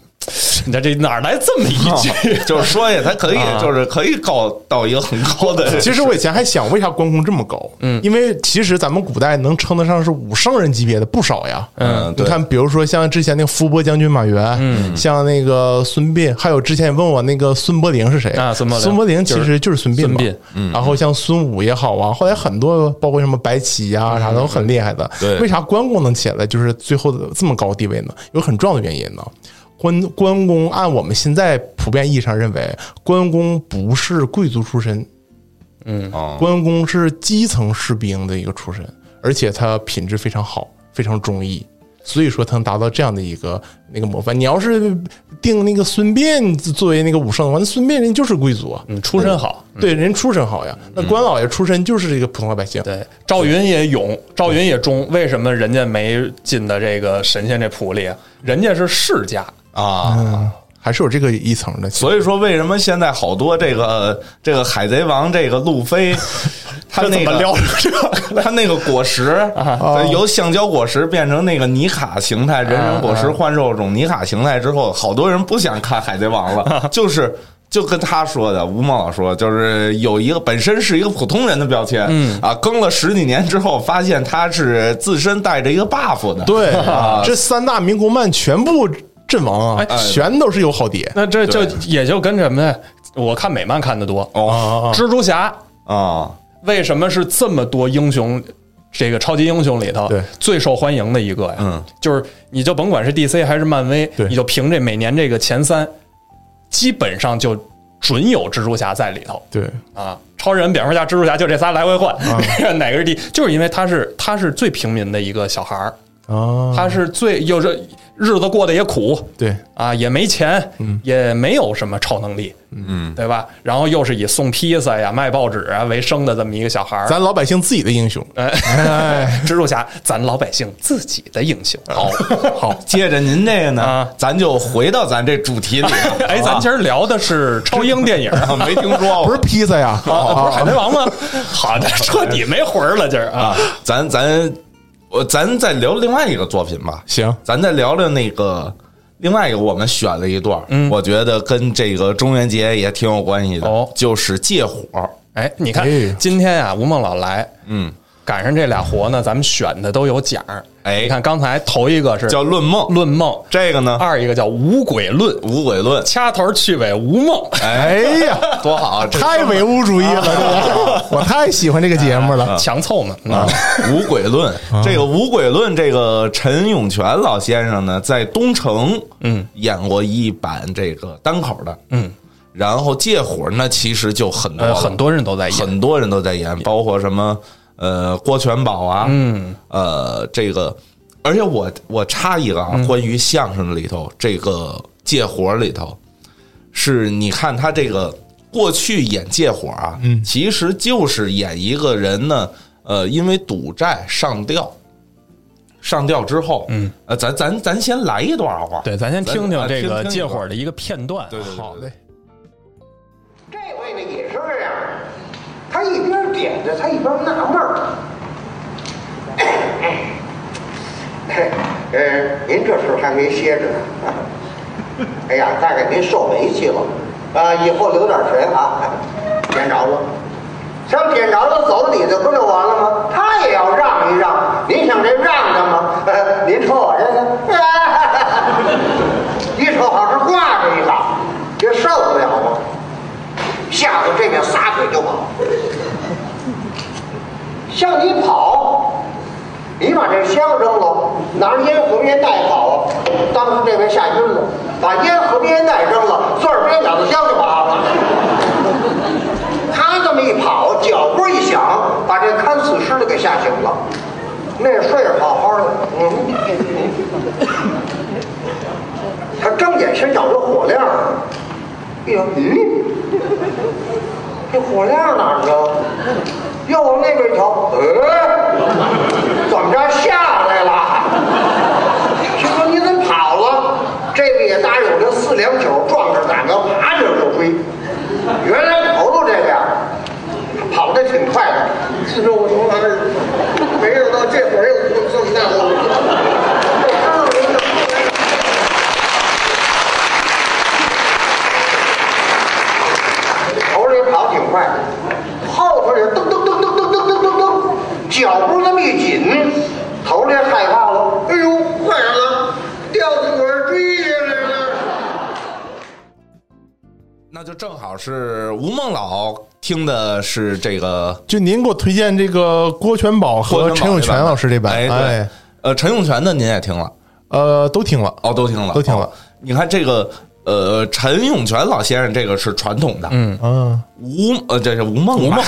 S2: 你看这哪儿来这么一 句？
S3: 就是说呀，他可以，就是可以高到一个很高的。
S1: 啊 其实我以前还想，为啥关公这么高？嗯，因为其实咱们古代能称得上是武圣人级别的不少呀。
S3: 嗯
S1: 你
S3: 对
S1: 看，比如说像之前那个伏波将军马援，嗯，像那个孙膑，还有之前也问我那个孙伯龄是谁
S2: 啊孙伯龄
S1: 孙伯龄其实就是孙膑嘛。
S2: 就是孙膑
S1: 嗯，然后像孙武也好啊，后来很多包括什么白起呀、啥都很厉害的。
S3: 对
S1: 为啥关公能起来，就是最后的这么高地位呢？有很重要的原因呢。关关公按我们现在普遍意义上认为，关公不是贵族出身，
S3: 哦
S1: 关公是基层士兵的一个出身，而且他品质非常好，非常忠义，所以说他能达到这样的一个那个模范。你要是定那个孙膑作为那个武圣的话，那孙膑人就是贵族啊，
S2: 嗯，出身好，
S1: 对，人出身好呀。那关老爷出身就是一个普通老百姓，
S2: 对，赵云也勇，赵云也忠，为什么人啊家没进到这个神仙这谱里？人家是世家，
S3: 啊，
S1: 嗯还是有这个一层的。
S3: 所以说，为什么现在好多这个呃这个海贼王这个路 飞，他那个啊哦
S2: 聊这
S3: 他那个果实呃由橡胶果实变成那个尼卡形态，人人果实换肉种尼卡形态之后，好多人不想看海贼王 了，就是。就跟他说的，吴孟老说，就是有一个本身是一个普通人的标签，嗯啊，更了十几年之后，发现他是自身带着一个 buff 的，
S1: 对
S3: 啊，
S1: 这三大民国漫全部阵亡啊，全都是有好碟。
S2: 那这就也就跟什么呢？我看美漫看的多，
S3: 哦
S2: 蜘蛛侠
S3: 啊，
S2: 为什么是这么多英雄这个超级英雄里头
S1: 对
S2: 最受欢迎的一个呀？
S3: 嗯，
S2: 就是你就甭管是 DC 还是漫威，
S1: 对
S2: 你就凭这每年这个前三，基本上就准有蜘蛛侠在里头
S1: 对，
S2: 啊。超人、蝙蝠侠、蜘蛛侠就这仨来回换，
S1: 啊
S2: 哪个是第？就是因为他是他是最平民的一个小孩儿，
S1: 啊，
S2: 他是最又是日子过得也苦，
S1: 对，
S2: 啊，也没钱，
S1: 嗯
S2: 也没有什么超能力，嗯，对吧？然后又是以送披萨呀、卖报纸啊为生的这么一个小孩儿，
S1: 咱老百姓自己的英雄，哎，
S2: 蜘蛛侠，咱老百姓自己的英雄。 好，
S3: 好，接着您这个呢
S2: 啊，
S3: 咱就回到咱这主题里了，
S2: 哎，咱今
S3: 儿
S2: 儿聊的是超英电影。啊
S3: 没听说
S1: 不
S3: 过
S1: 是披萨呀，
S2: 不是海
S1: 啊
S2: 贼王吗？好的， 彻底没魂儿了，今儿啊
S3: 啊，咱咱我咱再聊另外一个作品吧，
S1: 行，
S3: 咱再聊聊那个另外一个，我们选了一段，嗯，我觉得跟这个中元节也挺有关系的，
S2: 哦
S3: 就是借火，
S2: 哎，你看
S1: 哎
S2: 今天啊，吴孟老来，
S3: 嗯，
S2: 赶上这俩活呢，咱们选的都有奖儿。
S3: 哎
S2: 你看刚才头一个是
S3: 叫《论梦》，
S2: 论梦，
S3: 这个呢，
S2: 二一个叫无鬼论，
S3: 无鬼论，
S2: 掐头去尾无梦。
S3: 啊
S1: 哎呀，
S3: 多好啊，这
S1: 太唯物主义了，这 个我太喜欢这个节目了，
S2: 强凑嘛，啊，
S3: 无鬼论，这个无鬼论，这个陈永泉老先生呢，在东城，嗯，演过一版这个单口的，嗯，然后借火那其实就很多
S2: 呃，
S3: 了
S2: 很多人都在演，
S3: 很多人都在演，包括什么呃郭全宝啊，嗯，呃这个，而且我我插一个啊，关于相声里头这个借火里头，是你看他这个过去演借火啊，嗯，其实就是演一个人呢，呃，因为赌债上吊。上吊之后，嗯，呃，咱咱咱先来一段好吧？
S2: 对，咱先听听
S3: 啊
S2: 这
S3: 听
S2: 个
S3: 听
S2: 借
S3: 一段
S2: 火的一个片段。
S3: 对对对
S2: 好嘞，
S6: 这位呢也是这样，他一边点着，他一边纳闷儿。 呃，您这时候还没歇着呢，哎呀，大概您受煤气了，啊，以后留点神啊，点着了，上点着了走你的不就完了吗？他也要让一让，您想这让他吗？呃、您瞅我这个， 一手好是挂着一把，这受得了吗？吓得这边撒腿就跑，向你跑，你把这香扔了，拿着烟盒烟袋跑啊！当时这位吓晕了，把烟盒烟袋扔了，攥着烟杆子香就跑了。他这么一跑，脚步一响，把这看死尸的给吓醒了。那睡着好好的，嗯。他睁眼先找着火亮，哎呦，嗯，这火亮哪儿去了？又往那边一瞧，呃，怎么着下来了？听说你怎么跑了？这个也搭有这四两酒壮着胆子爬着就追。原来头头这个呀，跑得挺快的，四十五头儿，没想到这会儿又这么大了。这知道人怎么来头里跑挺快，后头也噔噔噔噔噔噔噔噔噔，脚步那么一紧，头里害怕了，哎呦，坏了，掉火追下来了。
S3: 那就正好是吴孟老听的是这个
S1: 就您给我推荐这个郭全宝和陈永泉老师这版，哎
S3: 哎，对，，呃，陈永泉的您也听了，
S1: 呃，都听了，
S3: 哦，都听了，
S1: 都听了
S3: 哦你看这个，呃，陈永泉老先生这个是传统的，嗯，
S1: 嗯，
S3: 吴呃，这是吴孟吴孟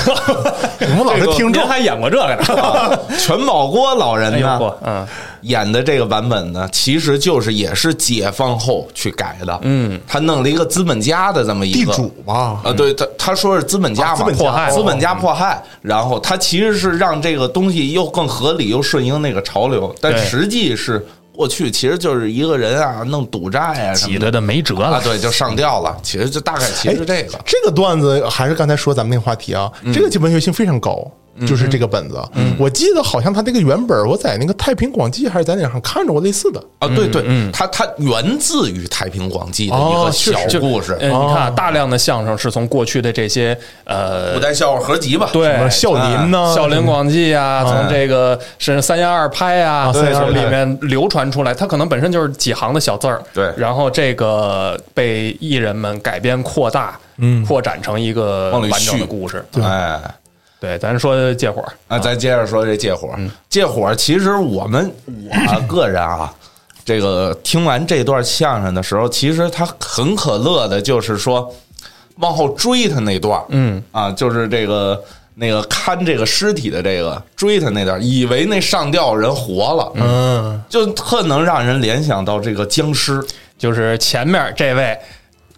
S1: 我们老是听众
S2: 您还演过这个
S3: 啊
S2: 呢？
S3: 全宝国老人
S2: 哎呦
S3: 呢、
S2: 嚯，嗯，
S3: 演的这个版本呢，其实就是也是解放后去改的，嗯，他弄了一个资本家的这么一
S1: 地
S3: 个
S1: 主吧，
S3: 啊，对他他说是资本家
S1: 啊资
S3: 嘛，
S1: 本家
S2: 迫害
S3: 资本家迫害，然后他其实是让这个东西又更合理又顺应那个潮流，但
S2: 对
S3: 实际是过去其实就是一个人啊弄赌债啊什
S2: 挤
S3: 么
S2: 得
S3: 的
S2: 的没辙
S3: 啊，
S2: 了。
S3: 对，就上吊了。其实就大概其实是这个
S1: 哎，这个段子还是刚才说咱们那个话题啊，这个文学性非常高。就是这个本子，我记得好像他这个原本，我在那个《太平广记》还是在哪上看着过类似的。
S3: 啊，对对，它它源自于《太平广记》的一
S1: 嗯哦
S3: 个
S1: 是哎
S3: 小
S2: 就
S3: 故事，
S2: 呃你看啊，大量的相声是从过去的这些呃
S3: 古，代笑话合集吧？
S1: 什
S2: 对
S1: 么，孝林呐，
S2: 《笑哎林广记》啊，从这个是三言二拍啊，从
S1: 嗯三言二拍
S2: 里面流传出来，它可能本身就是几行的小字儿，
S3: 对
S2: 然后这个被艺人们改编扩大，嗯，扩展成一个
S3: 往里
S2: 完整
S3: 续
S2: 的故事。
S3: 哎。
S2: 对，咱说借火，
S3: 啊，咱接着说这借火。借火，其实我们我个人啊，这个听完这段相声的时候，其实他很可乐的，就是说往后追他那段，嗯啊，就是这个那个看这个尸体的这个追他那段，以为那上吊人活了，嗯，就特能让人联想到这个僵尸。
S2: 就是前面这位，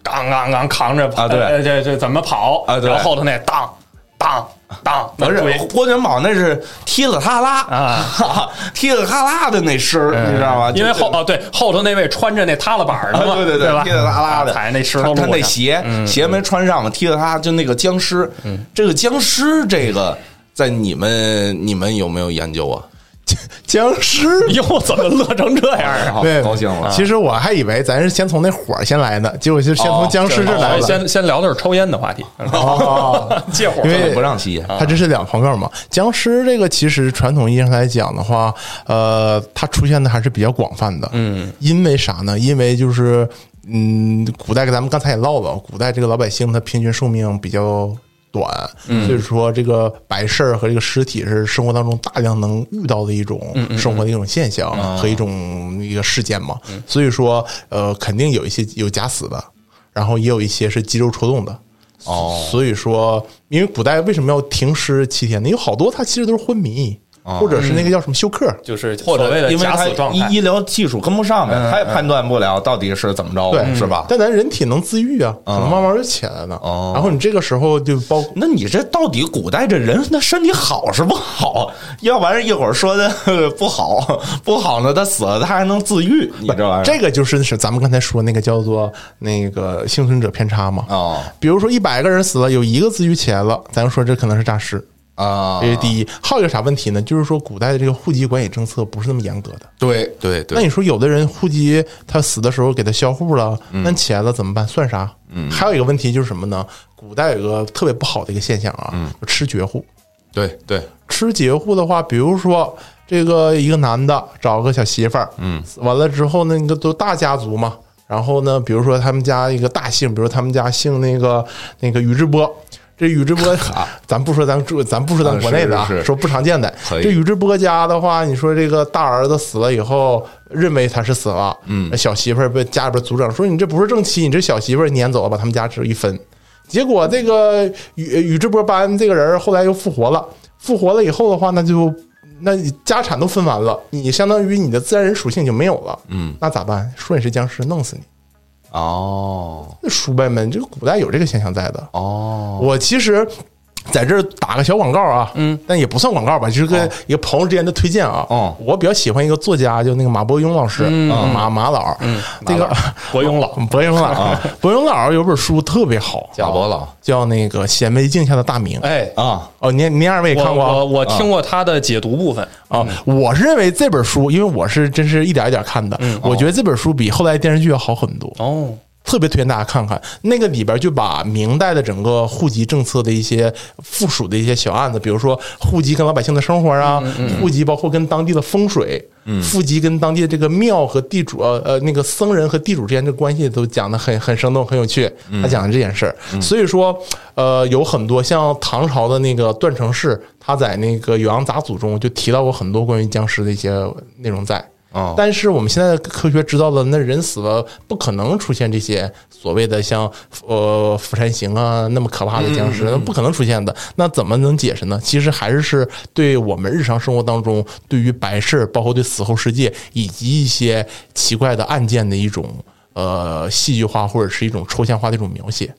S2: 杠杠杠扛着跑
S3: 啊对
S2: 呃这这怎么跑
S3: 啊对
S2: 然后后头那当当当，
S3: 不是
S2: 追
S3: 郭全宝，那是踢了哈拉
S2: 啊，
S3: 踢了哈拉的那尸，你知道吗？
S2: 因为
S3: 就
S2: 后哦对后头那位穿着那塌了板儿的嘛，
S3: 啊， 对对
S2: 对吧，
S3: 踢得拉拉的，
S2: 踩那石头路
S3: 他他那
S2: 上嗯
S3: 鞋鞋没穿上嘛，踢得他就那个僵尸，这个僵尸这个在你们你们有没有研究啊？
S1: 僵尸。
S2: 哟，怎么乐成这样啊？
S3: 好
S1: 对，
S3: 高兴了，
S1: 其实我还以为咱是先从那火儿先来呢，结果就先从僵尸这
S2: 好
S1: 来了。
S2: 哦先先聊的是抽烟的话题，
S1: 哦，
S2: 借火
S1: 因
S3: 根
S1: 为
S3: 本啊不让吸烟。
S1: 它这是两方面嘛。僵尸这个其实传统意义上来讲的话，呃，它出现的还是比较广泛的。嗯，因为啥呢？因为就是嗯，古代咱们刚才也唠了，古代这个老百姓他平均寿命比较。短，所以说这个白事儿和这个尸体是生活当中大量能遇到的一种生活的一种现象和一种一个事件嘛。所以说，呃，肯定有一些有假死的，然后也有一些是肌肉抽动的。
S3: 哦
S1: 所以说，因为古代为什么要停尸七天呢？有好多他其实都是昏迷，
S3: 哦
S1: 或者是那个叫什么休克。
S2: 就是
S3: 或
S2: 所谓
S3: 者
S2: 的
S3: 因为
S2: 假
S3: 他
S2: 死状态嗯
S3: 医。医疗技术跟不上呗，他也判断不了到底是怎么着，
S1: 对，
S3: 是吧？
S1: 但咱人体能自愈啊，可能慢慢就起来了。
S3: 嗯哦
S1: 然后你这个时候就包括
S3: 那你这到底古代这人那身体好是不好？ 要不然一会儿说的呵不好， 不好呢，他死了他还能自愈，你这玩意儿
S1: 这个就是是咱们刚才说那个叫做那个幸存者偏差嘛。
S3: 哦
S1: 比如说一百个人死了，有一个自愈起来了，咱就说这可能是诈尸，
S3: 啊
S1: 这是第一。还有一个啥问题呢？就是说古代的这个户籍管理政策不是那么严格的。
S3: 对对对
S1: 那你说有的人户籍他死的时候给他销户了，
S3: 嗯
S1: 那起来了怎么办？算啥？还有一个问题就是什么呢？古代有个特别不好的一个现象啊，
S3: 嗯
S1: 就吃绝户。
S3: 对对，
S1: 吃绝户的话，比如说这个一个男的找个小媳妇儿，嗯，完了之后呢那个都大家族嘛，然后呢，比如说他们家一个大姓，比如他们家姓那个那个宇智波。这宇智 波，咱不说咱住，咱不说咱国内的啊，
S3: 啊是是是
S1: 说不常见的。
S3: 可以
S1: 这宇智波家的话，你说这个大儿子死了以后，认为他是死了，嗯，小媳妇儿被家里边族长说你这不是正妻，你这小媳妇儿撵走了，把他们家只有一分。结果这个宇宇智波斑这个人后来又复活了，复活了以后的话，那就那你家产都分完了，你相当于你的自然人属性就没有了，嗯，那咋办？说你是僵尸，弄死你。
S3: 哦
S1: 那叔辈们，这个古代有这个现象在的。
S3: 哦，
S1: 我其实在这儿打个小广告啊，嗯，但也不算广告吧，就是跟一个朋友之间的推荐啊。
S3: 哦
S1: 我比较喜欢一个作家，就那个马伯庸老师，马马老，嗯，那个
S2: 伯庸老，
S1: 伯庸老，伯庸老有本书特别好，啊
S3: 贾伯老
S1: 叫那个《显微镜下的大明》。
S2: 哎，
S3: 啊，
S1: 哦，您您二位也
S2: 我
S1: 看过啊
S2: 我我听过他的解读部分，
S1: 啊？我是认为这本书，因为我是真是一点一点看的，我觉得这本书比后来电视剧要好很多。
S2: 哦，
S1: 特别推荐大家看看，那个里边就把明代的整个户籍政策的一些附属的一些小案子，比如说户籍跟老百姓的生活啊，户籍包括跟当地的风水，户籍跟当地的这个庙和地主呃呃那个僧人和地主之间的关系都讲得很很生动很有趣，他讲的这件事儿，所以说呃有很多像唐朝的那个段成式，他在那个《酉阳杂俎》中就提到过很多关于僵尸的一些内容在。
S3: 哦
S1: 但是我们现在的科学知道了，那人死了不可能出现这些所谓的像呃《釜山行》啊那么可怕的僵尸，那不可能出现的。那怎么能解释呢？其实还是是对我们日常生活当中对于白事儿，包括对死后世界以及一些奇怪的案件的一种。呃，戏剧化或者是一种抽象化的一种描写，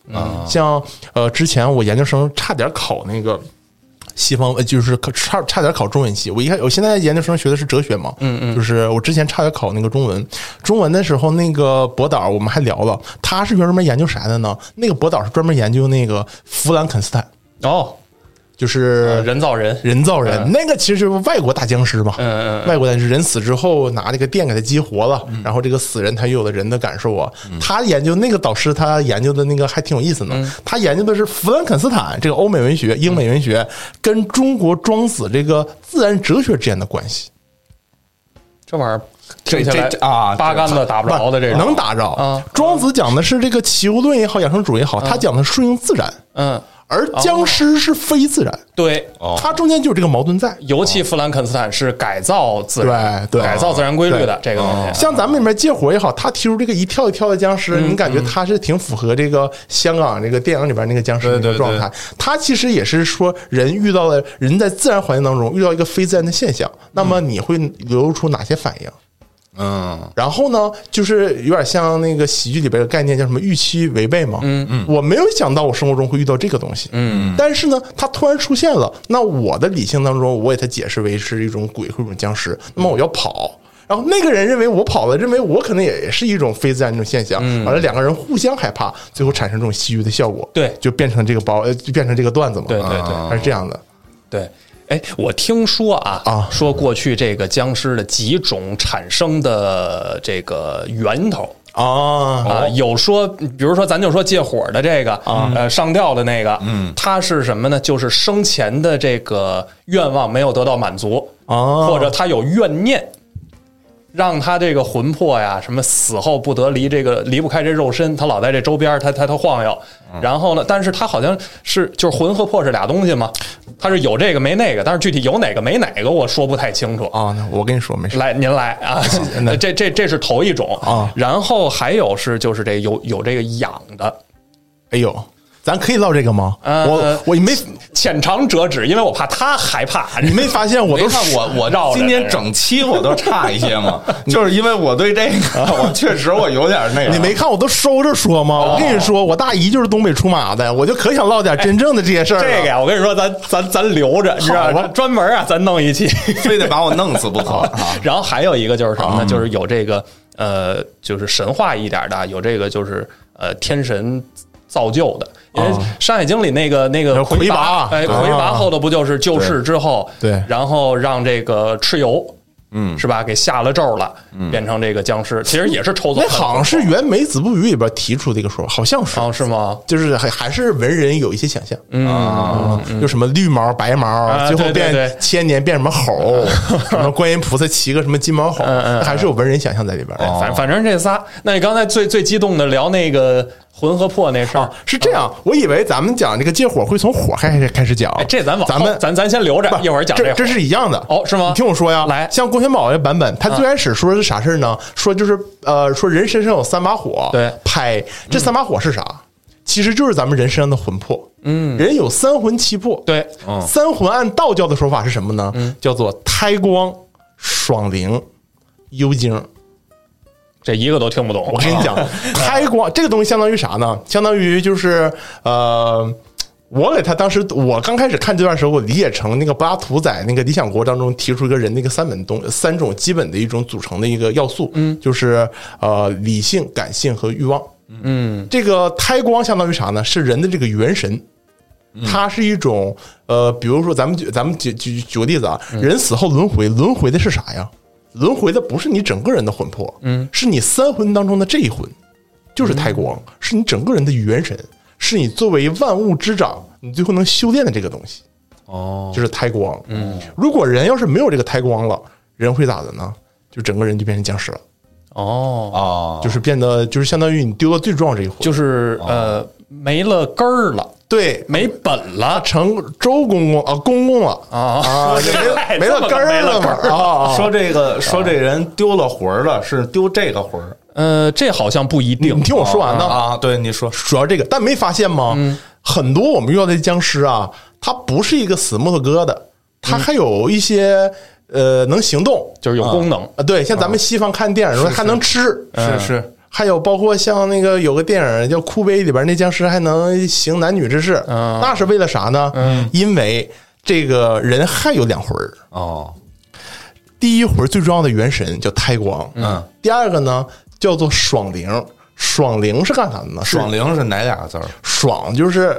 S1: 像呃，之前我研究生差点考那个西方，呃就是考差差点考中文系。我一开我现在研究生学的是哲学嘛，嗯嗯，就是我之前差点考那个中文，中文的时候那个博导我们还聊了，他是专门研究啥的呢？那个博导是专门研究那个弗兰肯斯坦，
S2: 哦，
S1: 就是
S2: 呃人造人，
S1: 人造人，那个其实就是外国大僵尸嘛。
S2: 嗯嗯嗯嗯
S1: 外国大僵尸人死之后拿那个电给他激活了，然后这个死人他又有了人的感受啊。他研究那个导师，他研究的那个还挺有意思呢。
S2: 嗯
S1: 他研究的是弗兰肯斯坦这个欧美文学、英美文学
S2: 嗯
S1: 跟中国庄子这个自然哲学之间的关系。
S2: 这玩意儿听起来
S3: 这这啊
S2: 八竿子打不着的这种，
S1: 能打着
S2: 啊。
S1: 庄子讲的是这个齐物论也好，养生主也好，他讲的是顺应自然，
S2: 嗯，
S1: 而僵尸是非自然，
S2: 对，
S1: 它中间就有这个矛盾在。
S2: 尤其弗兰肯斯坦是改造自然，
S1: 对对
S2: 改造自然规律的
S1: 对哦
S2: 这个东西。啊
S1: 像咱们里面借火也好，他提出这个一跳一跳的僵尸，
S3: 嗯
S1: 你感觉他是挺符合这个香港这个电影里边那个僵尸那
S3: 对
S1: 个
S3: 对
S1: 状态。他其实也是说，人遇到了人在自然环境当中遇到一个非自然的现象，那么你会流露出哪些反应？
S3: 嗯，
S1: 然后呢，就是有点像那个喜剧里边的概念，叫什么预期违背嘛。嗯嗯，我没有想到我生活中会遇到这个东西。嗯，但是呢，它突然出现了，那我的理性当中，我给它解释为是一种鬼或者一种僵尸，那么我要跑。然后那个人认为我跑了，认为我可能也是一种非自然的一种现象。
S2: 嗯
S1: 完了，两个人互相害怕，最后产生这种戏剧的效果。
S2: 对
S1: 就变成这个包，呃，就变成这个段子嘛。
S2: 对对对
S1: 啊，是这样的。
S2: 对，哎，我听说啊，
S1: 啊
S2: 说过去这个僵尸的几种产生的这个源头。
S1: 啊
S2: 啊，有说，比如说，咱就说借火的这个，呃，上吊的那个，嗯，它是什么呢？就是生前的这个愿望没有得到满足，
S1: 啊，
S2: 或者他有怨念，让他这个魂魄呀，什么死后不得离这个离不开这肉身，他老在这周边儿，他他他晃悠。然后呢，但是他好像是就是魂和魄是俩东西嘛，他是有这个没那个，但是具体有哪个没哪个，我说不太清楚。
S1: 啊，那我跟你说没事。
S2: 来，您来 啊，这这这是头一种
S1: 啊
S2: 然后还有是就是这有有这个痒的，
S1: 哎呦，咱可以唠这个吗？
S2: 呃
S1: 我我没
S2: 浅尝辄止，因为我怕他害怕。
S1: 你没发现我
S3: 我
S1: 都
S3: 都看我我
S2: 绕着
S3: 今
S2: 这
S3: 天
S2: 是
S3: 整期我都差一些 嘛，就是因为我对这个 我确实我有点那个，
S1: 你没看我都收着说吗？
S2: 哦
S1: 我跟你说，我大姨就是东北出马的，我就可想唠点真正的这些事儿了。啊
S2: 这个呀，我跟你说，咱咱咱留着，你知道
S1: 好
S2: 吧？
S1: 吧
S2: 专门啊，咱弄一期。
S3: 非得把我弄死不可啊！
S2: 然后还有一个就是什么
S1: 啊
S2: 呢？就是有这个呃，就是神话一点的，有这个就是呃天神造就的。因为《山海经》里那个那个
S1: 啊魁
S2: 魁拔
S1: 拔，
S2: 哎，
S1: 对
S2: 魁拔
S1: 啊
S2: 后头不就是救世之后，
S1: 对对
S2: 然后让这个蚩尤，嗯，是吧？给下了咒了，变成这个僵尸，其实也是抽走
S1: 嗯那
S2: 了。
S1: 好像是原梅子不语里边提出的一个说法，好像是，
S2: 哦，是吗？
S1: 就是还还是文人有一些想象，
S2: 嗯，
S1: 啊，就什么绿毛、白毛，
S2: 啊
S1: 最后
S2: 对对
S1: 变
S2: 对
S1: 千年变什么 猴，什么观音菩萨骑个什么金毛猴
S2: 嗯哦嗯，嗯
S1: 还是有文人想象在里边的。
S2: 反反正这仨。那你刚才最最激动的聊那个魂和魄那事儿
S1: 啊，是这样，我以为咱们讲这个借火会从火开始开始讲
S2: 哎，，这咱往后
S1: 咱们
S2: 咱咱先留着，
S1: 不
S2: 一会儿讲
S1: 这
S2: 个。
S1: 这是一样的
S2: 哦是吗
S1: 你听我说呀，
S2: 来
S1: 像郭全宝这版本，他最开始说的是啥事儿呢？说就是呃，说人身上有三把火，
S2: 对
S1: 拍这三把火是啥？其实就是咱们人身上的魂魄。嗯，人有三魂七魄，
S2: 对，嗯
S1: 三魂按道教的说法是什么呢？叫做胎光、爽灵、幽精。
S2: 这一个都听不懂。
S1: 我跟你讲， 开光这个东西相当于啥呢？相当于就是呃。我给他当时，我刚开始看这段时候，我理解成那个柏拉图在那个《理想国》当中提出一个人那个三本东三种基本的一种组成的一个要素，嗯，就是呃理性、感性和欲望，嗯，这个胎光相当于啥呢？是人的这个元神，它是一种呃，比如说咱们举咱们举举举个例子啊，人死后轮回，轮回的是啥呀？轮回的不是你整个人的魂魄，嗯，是你三魂当中的这一魂，就是太光，是你整个人的元神，是你作为万物之长，你最后能修炼的这个东西，哦，就是胎光。嗯，如果人要是没有这个胎光了，人会咋的呢？就整个人就变成僵尸了，
S2: 哦，
S3: 哦
S1: 就是变得就是相当于你丢了最重要这一魂，
S2: 就是呃，没了根儿了，
S1: 对，
S2: 没本了。
S1: 成周公公啊公公了啊，就没没 了根儿了嘛啊，
S3: 说这个说这人丢了魂儿了，是丢这个魂儿
S2: 呃，这好像不一
S1: 你
S2: 定
S1: 你。听我说完呢，
S3: 啊？对，你说嗯
S1: 主要这个，但没发现吗？很多我们遇到的僵尸啊，它不是一个死木头疙瘩，它还有一些呃能行动
S2: 就是有功能，
S1: 啊，对，像咱们西方看电影的时候还能吃，
S3: 是是，
S1: 还有包括像那个有个电影叫
S3: 啊嗯
S1: 《哭悲》里边那僵尸还能行男女之事，那是为了啥呢？因为这个人还有两魂儿，
S3: 哦，
S1: 第一魂儿最重要的元神叫胎光，嗯，第二个呢叫做爽灵，爽灵是干啥的呢？是
S3: 爽灵是哪俩字儿？
S1: 爽就是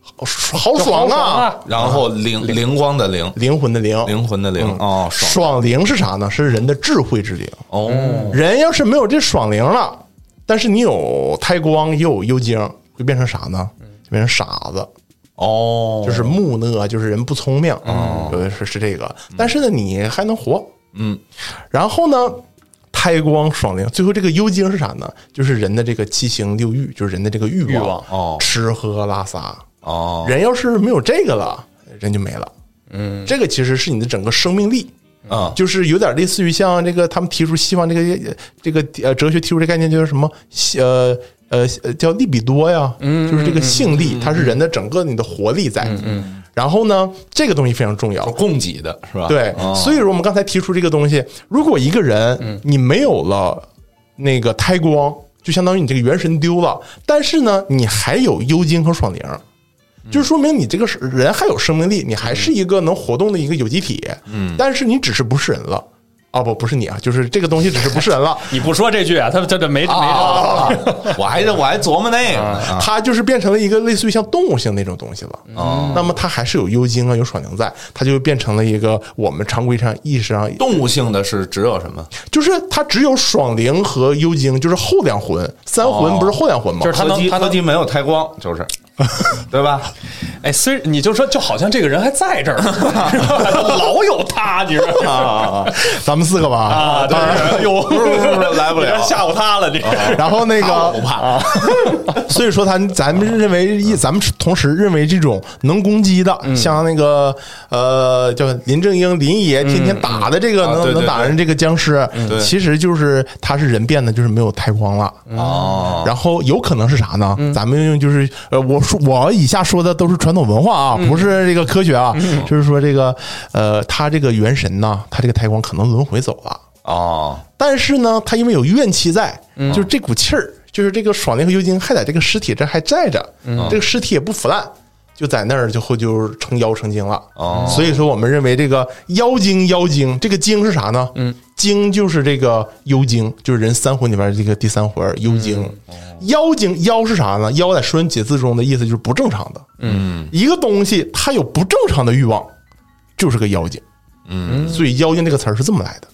S1: 好爽
S2: 就好爽啊
S3: 然后灵灵光的灵，
S1: 灵魂的灵，嗯
S3: 灵魂的灵哦，爽
S1: 爽灵是啥呢？是人的智慧之灵。
S3: 哦，
S1: 人要是没有这爽灵了，但是你有胎光，也有幽精，会变成啥呢？就变成傻子，
S3: 嗯哦，
S1: 就是木讷，就是人不聪明。有的是是这个，但是呢，你还能活。
S3: 嗯，
S1: 然后呢，胎光爽灵，最后这个幽精是啥呢？就是人的这个七情六欲，就是人的这个欲望，
S2: 欲望
S3: 哦
S1: 吃喝拉撒。
S3: 哦，
S1: 人要是没有这个了，人就没了。嗯，这个其实是你的整个生命力。
S3: 嗯，
S1: 就是有点类似于像这个他们提出西方这个这个呃哲学提出这概念，就是什么呃呃叫利比多呀，就是这个性力，它是人的整个你的活力在。嗯，然后呢，这个东西非常重要。
S3: 供给的是吧？
S1: 对，
S3: 哦嗯
S1: 所以说我们刚才提出这个东西，如果一个人你没有了那个胎光，就相当于你这个元神丢了，但是呢，你还有幽精和爽灵。
S3: 嗯
S1: 就是说明你这个是人还有生命力，你还是一个能活动的一个有机体，嗯，但是你只是不是人了，啊不，不是你啊，就是这个东西只是不是人了，
S2: 你不说这句啊，他他这没没
S3: 啊，我还我还琢磨那个呢 啊
S1: 它就是变成了一个类似于像动物性那种东西了，
S3: 哦
S1: 那么它还是有幽精啊，有爽灵在，它就变成了一个我们常规上意识上
S3: 动物性的是只有什么？
S1: 就是它只有爽灵和幽精，就是后两魂，三魂
S3: 哦
S1: 不是后两魂吗？
S2: 就是它
S3: 柯
S2: 能
S3: 基
S2: 它
S3: 柯
S2: 能
S3: 基没有胎光，就是，对 吧？
S2: 哎，虽然你就说，就好像这个人还 在这儿，是吧老有他，你说
S3: 啊，
S1: 咱们四个吧。
S2: 啊，对，
S3: 有不是不是不是来不了，哦
S2: 吓唬他了，这是
S1: 然后那
S3: 我
S1: 个
S3: 不，怕，
S1: 所以说咱咱们认为一，咱们同时认为这种能攻击的，
S3: 嗯
S1: 像那个呃叫林正英林爷天天打的这个
S3: 啊
S1: 能、
S3: 对对嗯
S1: 能打人这个僵尸，
S3: 对
S1: 其实就是他是人变的，就是没有胎光了。
S3: 哦，
S1: 然后有可能是啥呢？咱们用就是呃，我说我以下说的都是传统文化啊，不是这个科学啊，就是说这个呃，他这个元神呢，他这个太光可能轮回走了，
S3: 哦，
S1: 但是呢，他因为有怨气在，就是这股气儿，就是这个爽灵和幽精还在这个尸体这还在着，这个尸体也不腐烂。就在那儿，就后就成妖成精了。
S3: 哦
S1: 所以说我们认为这个妖精，妖精这个精是啥呢？嗯，精就是这个幽精，就是人三魂里边这个第三魂儿幽精。妖精妖是啥呢？妖在《说文解字》中的意思就是不正常的。嗯，一个东西它有不正常的欲望，就是个妖精。嗯，所以妖精这个词儿是这么来的。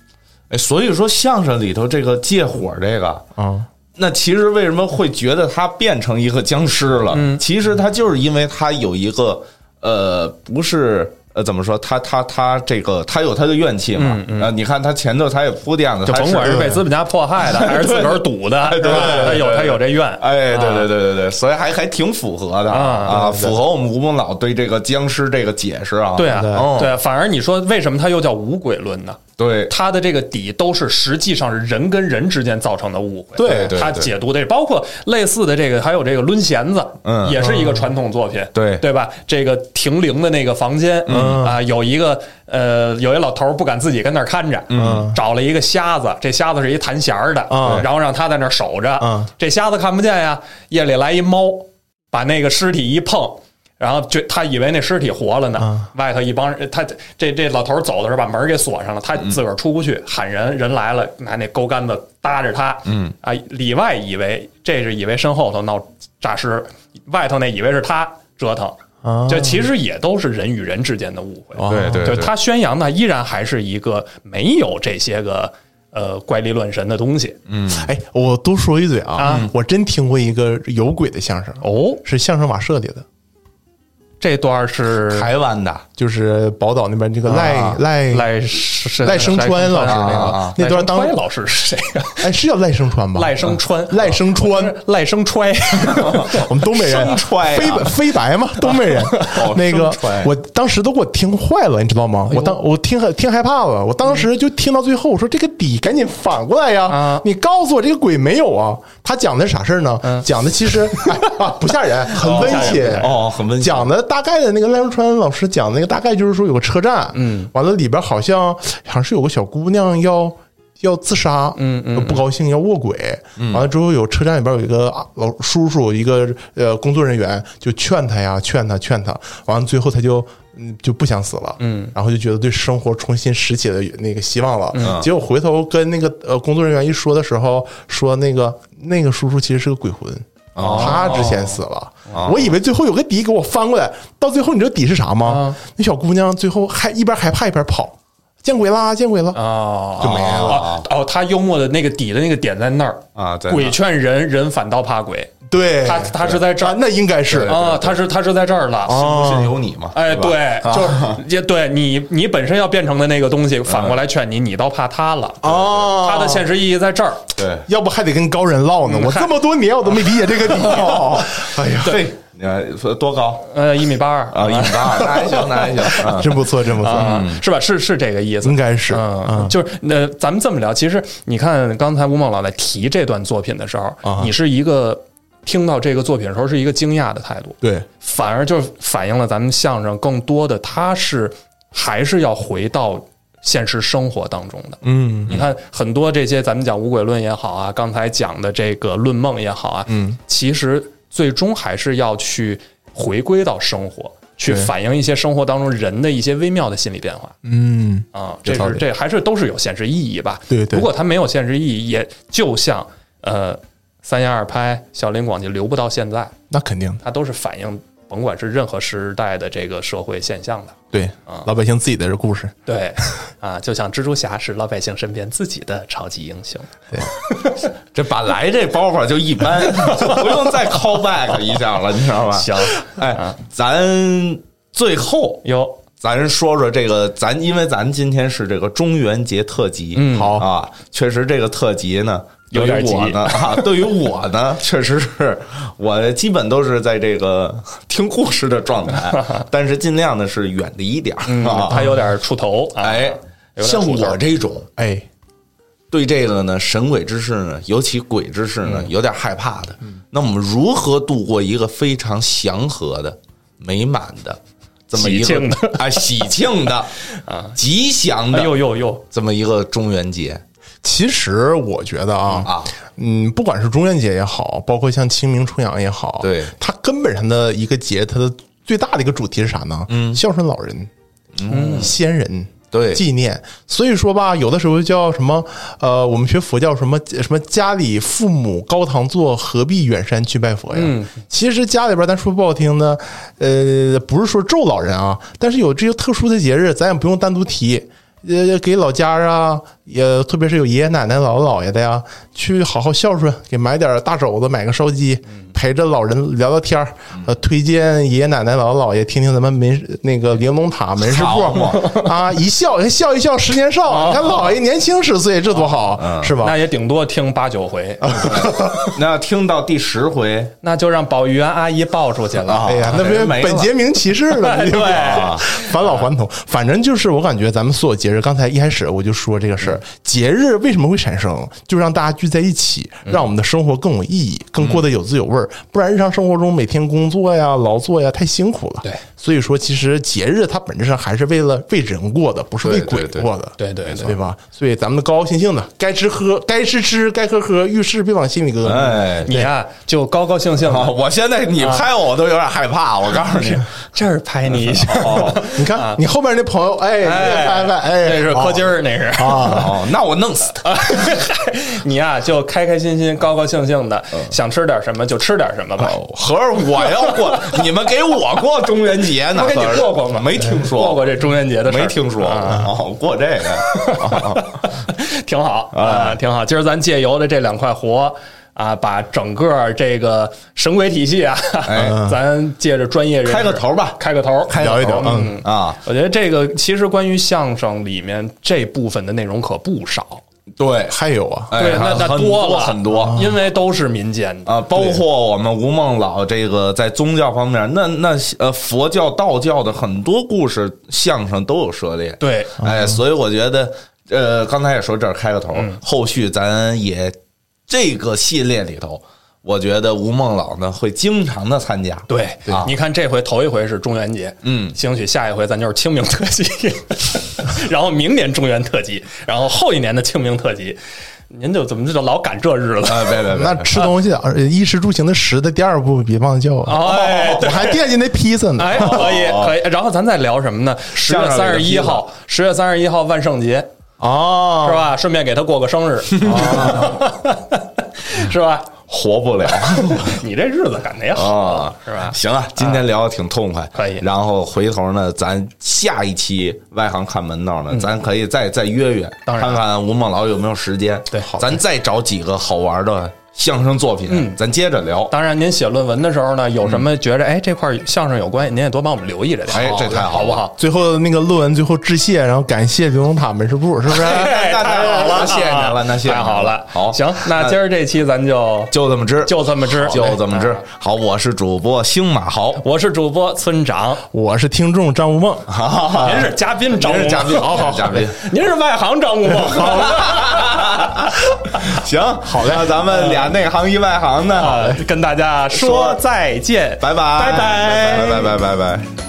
S3: 哎，所以说相声里头这个借火这个
S2: 嗯
S1: 啊，
S3: 那其实为什么会觉得他变成一个僵尸了？
S2: 嗯
S3: 其实他就是因为他有一个呃，不是呃，怎么说？他他他这个他有他的怨气嘛？啊，你看他前头他也铺垫了，
S2: 嗯就
S3: 他
S2: 甭管是被资本家迫害的，还是自个儿赌 的，是
S3: 嗯 对
S2: 吧？
S3: 对对
S2: 他有他有这啊怨，
S3: 哎，对对对对对，所以还还挺符合的啊，符合我们吴孟老对这个僵尸这个解释啊。
S2: 对啊，
S3: 哦
S2: 对啊。反而你说为什么他又叫无鬼论呢？
S3: 对，
S2: 他的这个底都是实际上是人跟人之间造成的误会，
S3: 对对
S2: 他
S3: 对
S2: 解读的包括类似的这个，还有这个抡弦子，
S3: 嗯
S2: 也是一个传统作品，
S3: 对
S2: 对吧？这个停灵的那个房间，嗯啊，有一个呃，有一老头儿不敢自己跟那儿看着，嗯，找了一个瞎子，这瞎子是一弹弦儿的，
S3: 啊
S1: 嗯
S2: 然后让他在那儿守着，
S1: 嗯
S2: 这瞎子看不见呀，夜里来一猫，把那个尸体一碰。然后就他以为那尸体活了呢，
S1: 啊
S2: 外头一帮人，他这这老头走的时候把门给锁上了，他自个儿出不去，喊人，人来了，拿那钩杆子搭着他，嗯啊，里外以为这是以为身后头闹诈尸，外头那以为是他折腾，
S1: 啊
S2: 这其实也都是人与人之间的误
S1: 哦
S2: 会，
S3: 对对
S2: 对，他宣扬的依然还是一个没有这些个呃怪力乱神的东西，嗯
S1: 哎，我多说一嘴啊，
S2: 啊
S1: 我真听过一个有鬼的相声，
S2: 哦，
S1: 是相声瓦舍里的，
S2: 这段是
S3: 台湾的
S1: 就是宝岛那边这个赖、
S3: 啊
S1: 赖
S2: 赖是
S1: 赖声川老师那个、
S3: 啊啊啊
S1: 那段当
S2: 赖声川老师是谁呀？
S1: 哎是叫赖声川吧？
S2: 赖声川
S1: 啊赖声川，
S2: 赖声揣，
S1: 我们东北人
S3: 声川呀
S1: 飞白飞白嘛，东北人。那个
S3: 声川
S1: 我当时都给我听坏了，你知道吗？我当我听听害怕了，我当时就听到最后，我说这个底赶紧反过来哎呀
S2: 啊！
S1: 你告诉我这个鬼没有啊？他讲的是啥事儿呢？讲的其实哎啊不吓人，很温馨
S3: 哦，很温馨。
S1: 讲的大概的那个赖声川老师讲的那个大概就是说有个车站，嗯，完了里边好像好像是有个小姑娘要要自杀，嗯嗯，不高兴要卧轨，完了之后有车站里边有一个老叔叔，一个呃工作人员就劝他呀，劝他，劝他，完了最后他就。嗯，就不想死了，嗯，然后就觉得对生活重新拾起了那个希望了。结果回头跟那个呃工作人员一说的时候，说那个那个叔叔其实是个鬼魂，
S2: 哦
S1: 他之前死了。我以为最后有个底给我翻过来，到最后你知道底是啥吗？那小姑娘最后还一边害怕一边跑，见鬼啦，见鬼了，
S2: 哦，
S1: 就没了
S2: 哦哦，他幽默的那个底的那个点在那儿
S3: 啊在那儿
S2: 鬼劝人，人反倒怕鬼，
S1: 对，哦
S2: 他他是在这
S1: 啊
S2: 儿
S1: 那应该是
S2: 啊，他是他是在这儿了。
S3: 不信由哦你嘛？
S2: 哎，
S3: 吧
S2: 对，
S1: 啊
S2: 就是也对你，你本身要变成的那个东西，反过来劝你，你倒怕他了。
S1: 哦，
S2: 他的现实意嗯义在这儿，
S3: 对
S1: 要不还得跟高人唠呢。我这么多年我都没理解这个底， 哎呀，
S3: 对，你看多高
S2: 呃，一米八二
S3: 啊？一米八二，那还行，那还行。啊
S1: 真不错，真不错，
S2: 啊，是吧？是是这个意思，
S1: 嗯应该是啊
S2: 嗯，就是那、呃咱们这么聊，其实你看刚才吴孟老在提这段作品的时候，你是一个听到这个作品的时候是一个惊讶的态度，
S1: 对，
S2: 反而就反映了咱们相声更多的它是还是要回到现实生活当中的。
S1: 嗯，
S2: 你看很多这些咱们讲无鬼论也好啊，刚才讲的这个论梦也好啊，嗯，其实最终还是要去回归到生活。去
S1: 对
S2: 反映一些生活当中人的一些微妙的心理变化，
S1: 嗯，
S2: 啊，这
S1: 有道
S2: 是
S1: 理
S2: 这还是都是有现实意义吧？
S1: 对对
S2: 如果它没有现实意义，也就像呃三言二拍、小林广记留不到现在，
S1: 那肯定的，
S2: 它都是反映甭管是任何时代的这个社会现象的。
S1: 对，
S2: 啊
S1: 老百姓自己的这故事，
S2: 对啊，就像蜘蛛侠是老百姓身边自己的超级英雄。
S3: 这本来哎这包袱就一般，就不用再 call back 一下了，你知道吧？
S2: 行，啊
S3: 哎，咱最后
S2: 哟，
S3: 咱说说这个，咱因为咱今天是这个中元节特辑，
S2: 嗯
S3: 好啊，确实这个特辑呢。
S2: 哦有点
S3: 对于我
S2: 急
S3: 呢 啊，对于我呢，确实是我基本都是在这个听故事的状 态，但是尽量的是远离一点儿啊。
S2: 他有点出头。啊
S3: 哎，
S2: 嗯有点
S3: 像
S2: 出头
S3: 我这种
S1: 哎，
S3: 对这个呢神鬼之事呢，尤其鬼之事
S2: 嗯
S3: 呢，有点害怕的，那我们如何度过一个非常祥和的、美满的这么一个
S2: 喜庆的
S3: 啊喜庆的 啊吉祥
S2: 哎
S3: 的
S2: 呦呦呦，
S3: 这么一个中元节
S1: 其实我觉得
S2: 哦
S1: 啊
S3: 啊
S1: 嗯，不管是中元节也好，包括像清明、重阳也好，
S3: 对
S1: 它根本上的一个节，它的最大的一个主题是啥呢？嗯，孝顺老人，嗯，先人。
S3: 对
S1: 纪念，所以说吧，有的时候叫什么，呃，我们学佛教什么什么，家里父母高堂坐，何必远山去拜佛呀？其实家里边，咱说不好听的，呃，不是说咒老人啊，但是有这些特殊的节日，咱也不用单独提，呃，给老家啊，也特别是有爷爷奶奶、姥姥姥爷的呀，去好好孝顺，给买点大肘子，买个烧鸡，陪着老人聊聊天儿。呃，推荐爷爷奶奶、姥姥姥爷听听咱们门那个玲珑塔门市部啊，一笑笑一笑，十年少。你看姥爷年轻十岁，这多好，是吧
S2: 那？也顶多听八九回，
S3: 那听到第十回
S2: 那就让保育员阿姨抱出去啊了。
S1: 哎呀，那不
S3: 人
S1: 是
S3: 没了
S1: 本杰明骑士 了，对
S2: 对，
S1: 返老还童。反正就是我感觉咱们所有节日，刚才一开始我就说这个事儿，
S2: 嗯
S1: 节日为什么会产生？就让大家聚在一起，
S2: 嗯
S1: 让我们的生活更有意义，更过得有滋有味儿。不然日常生活中每天工作呀、劳作呀，太辛苦了。
S2: 对，
S1: 所以说其实节日它本质上还是为了为人过的，不是为鬼过的。
S2: 对对对对对
S1: 对吧？所以咱们高高兴兴的，该吃喝，该吃吃，该喝喝，遇事别往心里搁。
S3: 哎。
S2: 你啊，就高高兴兴
S3: 啊！
S2: 的，
S3: 我现在你拍我，我都有点害怕。我告诉你，
S2: 这儿拍你一下，
S1: 你看你后面那朋友，哎，拜拜，哎，
S2: 哦这是
S1: 好
S2: 柯基儿，啊那是。
S3: 哦，那我弄死他。
S2: 你呀、就开开心心、高高兴兴的，想吃点什么就吃点什么
S3: 哎
S2: 吧。
S3: 合着我要过，你们给我过中元节呢？
S2: 不跟你过过吗？
S3: 没听说
S2: 过过这中元节的事儿
S3: 没听说
S2: 啊
S3: 哦，过这 个哦
S2: 挺好啊，挺好。今儿咱借由的这两块活啊，把整个这个神鬼体系啊，
S3: 哎
S2: 咱借着专业人士
S3: 开个头吧
S2: 开个头，
S1: 聊一聊，嗯。
S3: 啊，
S2: 我觉得这个其实关于相声里面这部分的内容可不少，
S3: 对，
S1: 还有啊，
S3: 哎
S2: 对，那那
S3: 很
S2: 多了
S3: 很多
S2: 因为都是民间的。
S3: 啊，包括我们吴孟老这个在宗教方面，那那呃佛教、道教的很多故事相声都有涉猎。，
S2: 对，
S3: 哎，所以我觉得呃，刚才也说这儿开个头，后续咱也这个系列里头，我觉得吴孟老呢会经常的参加。
S2: 对，
S3: 啊
S2: 你看这回头一回是中元节，
S3: 嗯
S2: 兴许下一回咱就是清明特辑， 然后明年中原特辑，然后后一年的清明特辑。您就怎么就老赶这日子？
S3: 啊，别别别，
S1: 那吃东西，而衣食住行的食的第二步别忘叫啊！
S3: 哦
S2: 哎，
S1: 我
S2: 对，
S1: 还惦记那披萨呢。
S2: 哎，可以可以。然后咱再聊什么呢？十月三十一号，十月三十一号万圣节
S3: 哦，哦
S2: 是吧？顺便给他过个生日， 是吧？
S3: 活不了
S2: 你这日子赶的也好，
S3: 啊，
S2: 是吧？啊
S3: 行啊，今天聊的挺痛快，
S2: 可以
S3: 然后回头呢，咱下一期外行看门道呢，咱可以再再约约，
S2: 嗯当然
S3: 看看吴孟老有没有时间。
S2: 对好嗯
S3: 咱再找几个好玩的相声作品，咱接着聊。
S2: 当然，您写论文的时候呢，有什么觉着哎这块儿与相声有关系，您也多帮我们留意着点，
S3: 哎这太好了
S2: 好不好？
S1: 最后那个论文最后致谢，然后感谢刘东塔门市部，是不是？
S2: 哎
S3: 那 太好了谢谢您了那谢谢啊
S2: 太好了。
S3: 好
S2: 行，那
S3: 那
S2: 今儿这期咱就
S3: 就这么支，
S2: 就这么支，哎
S3: 就这么支。好，我是主播星马豪，
S2: 我是主播村长，
S1: 我是听众张无梦，
S2: 您是嘉宾张
S3: 啊您是嘉
S2: 木
S3: 宾，
S2: 梦，好好，
S3: 嘉宾。
S2: 您是外行张木梦，好
S3: 行，好嘞，那咱们俩内行一外行呢，
S2: 啊跟大家说再见，
S3: 拜拜，
S2: 拜拜
S3: 拜拜，拜拜，拜拜。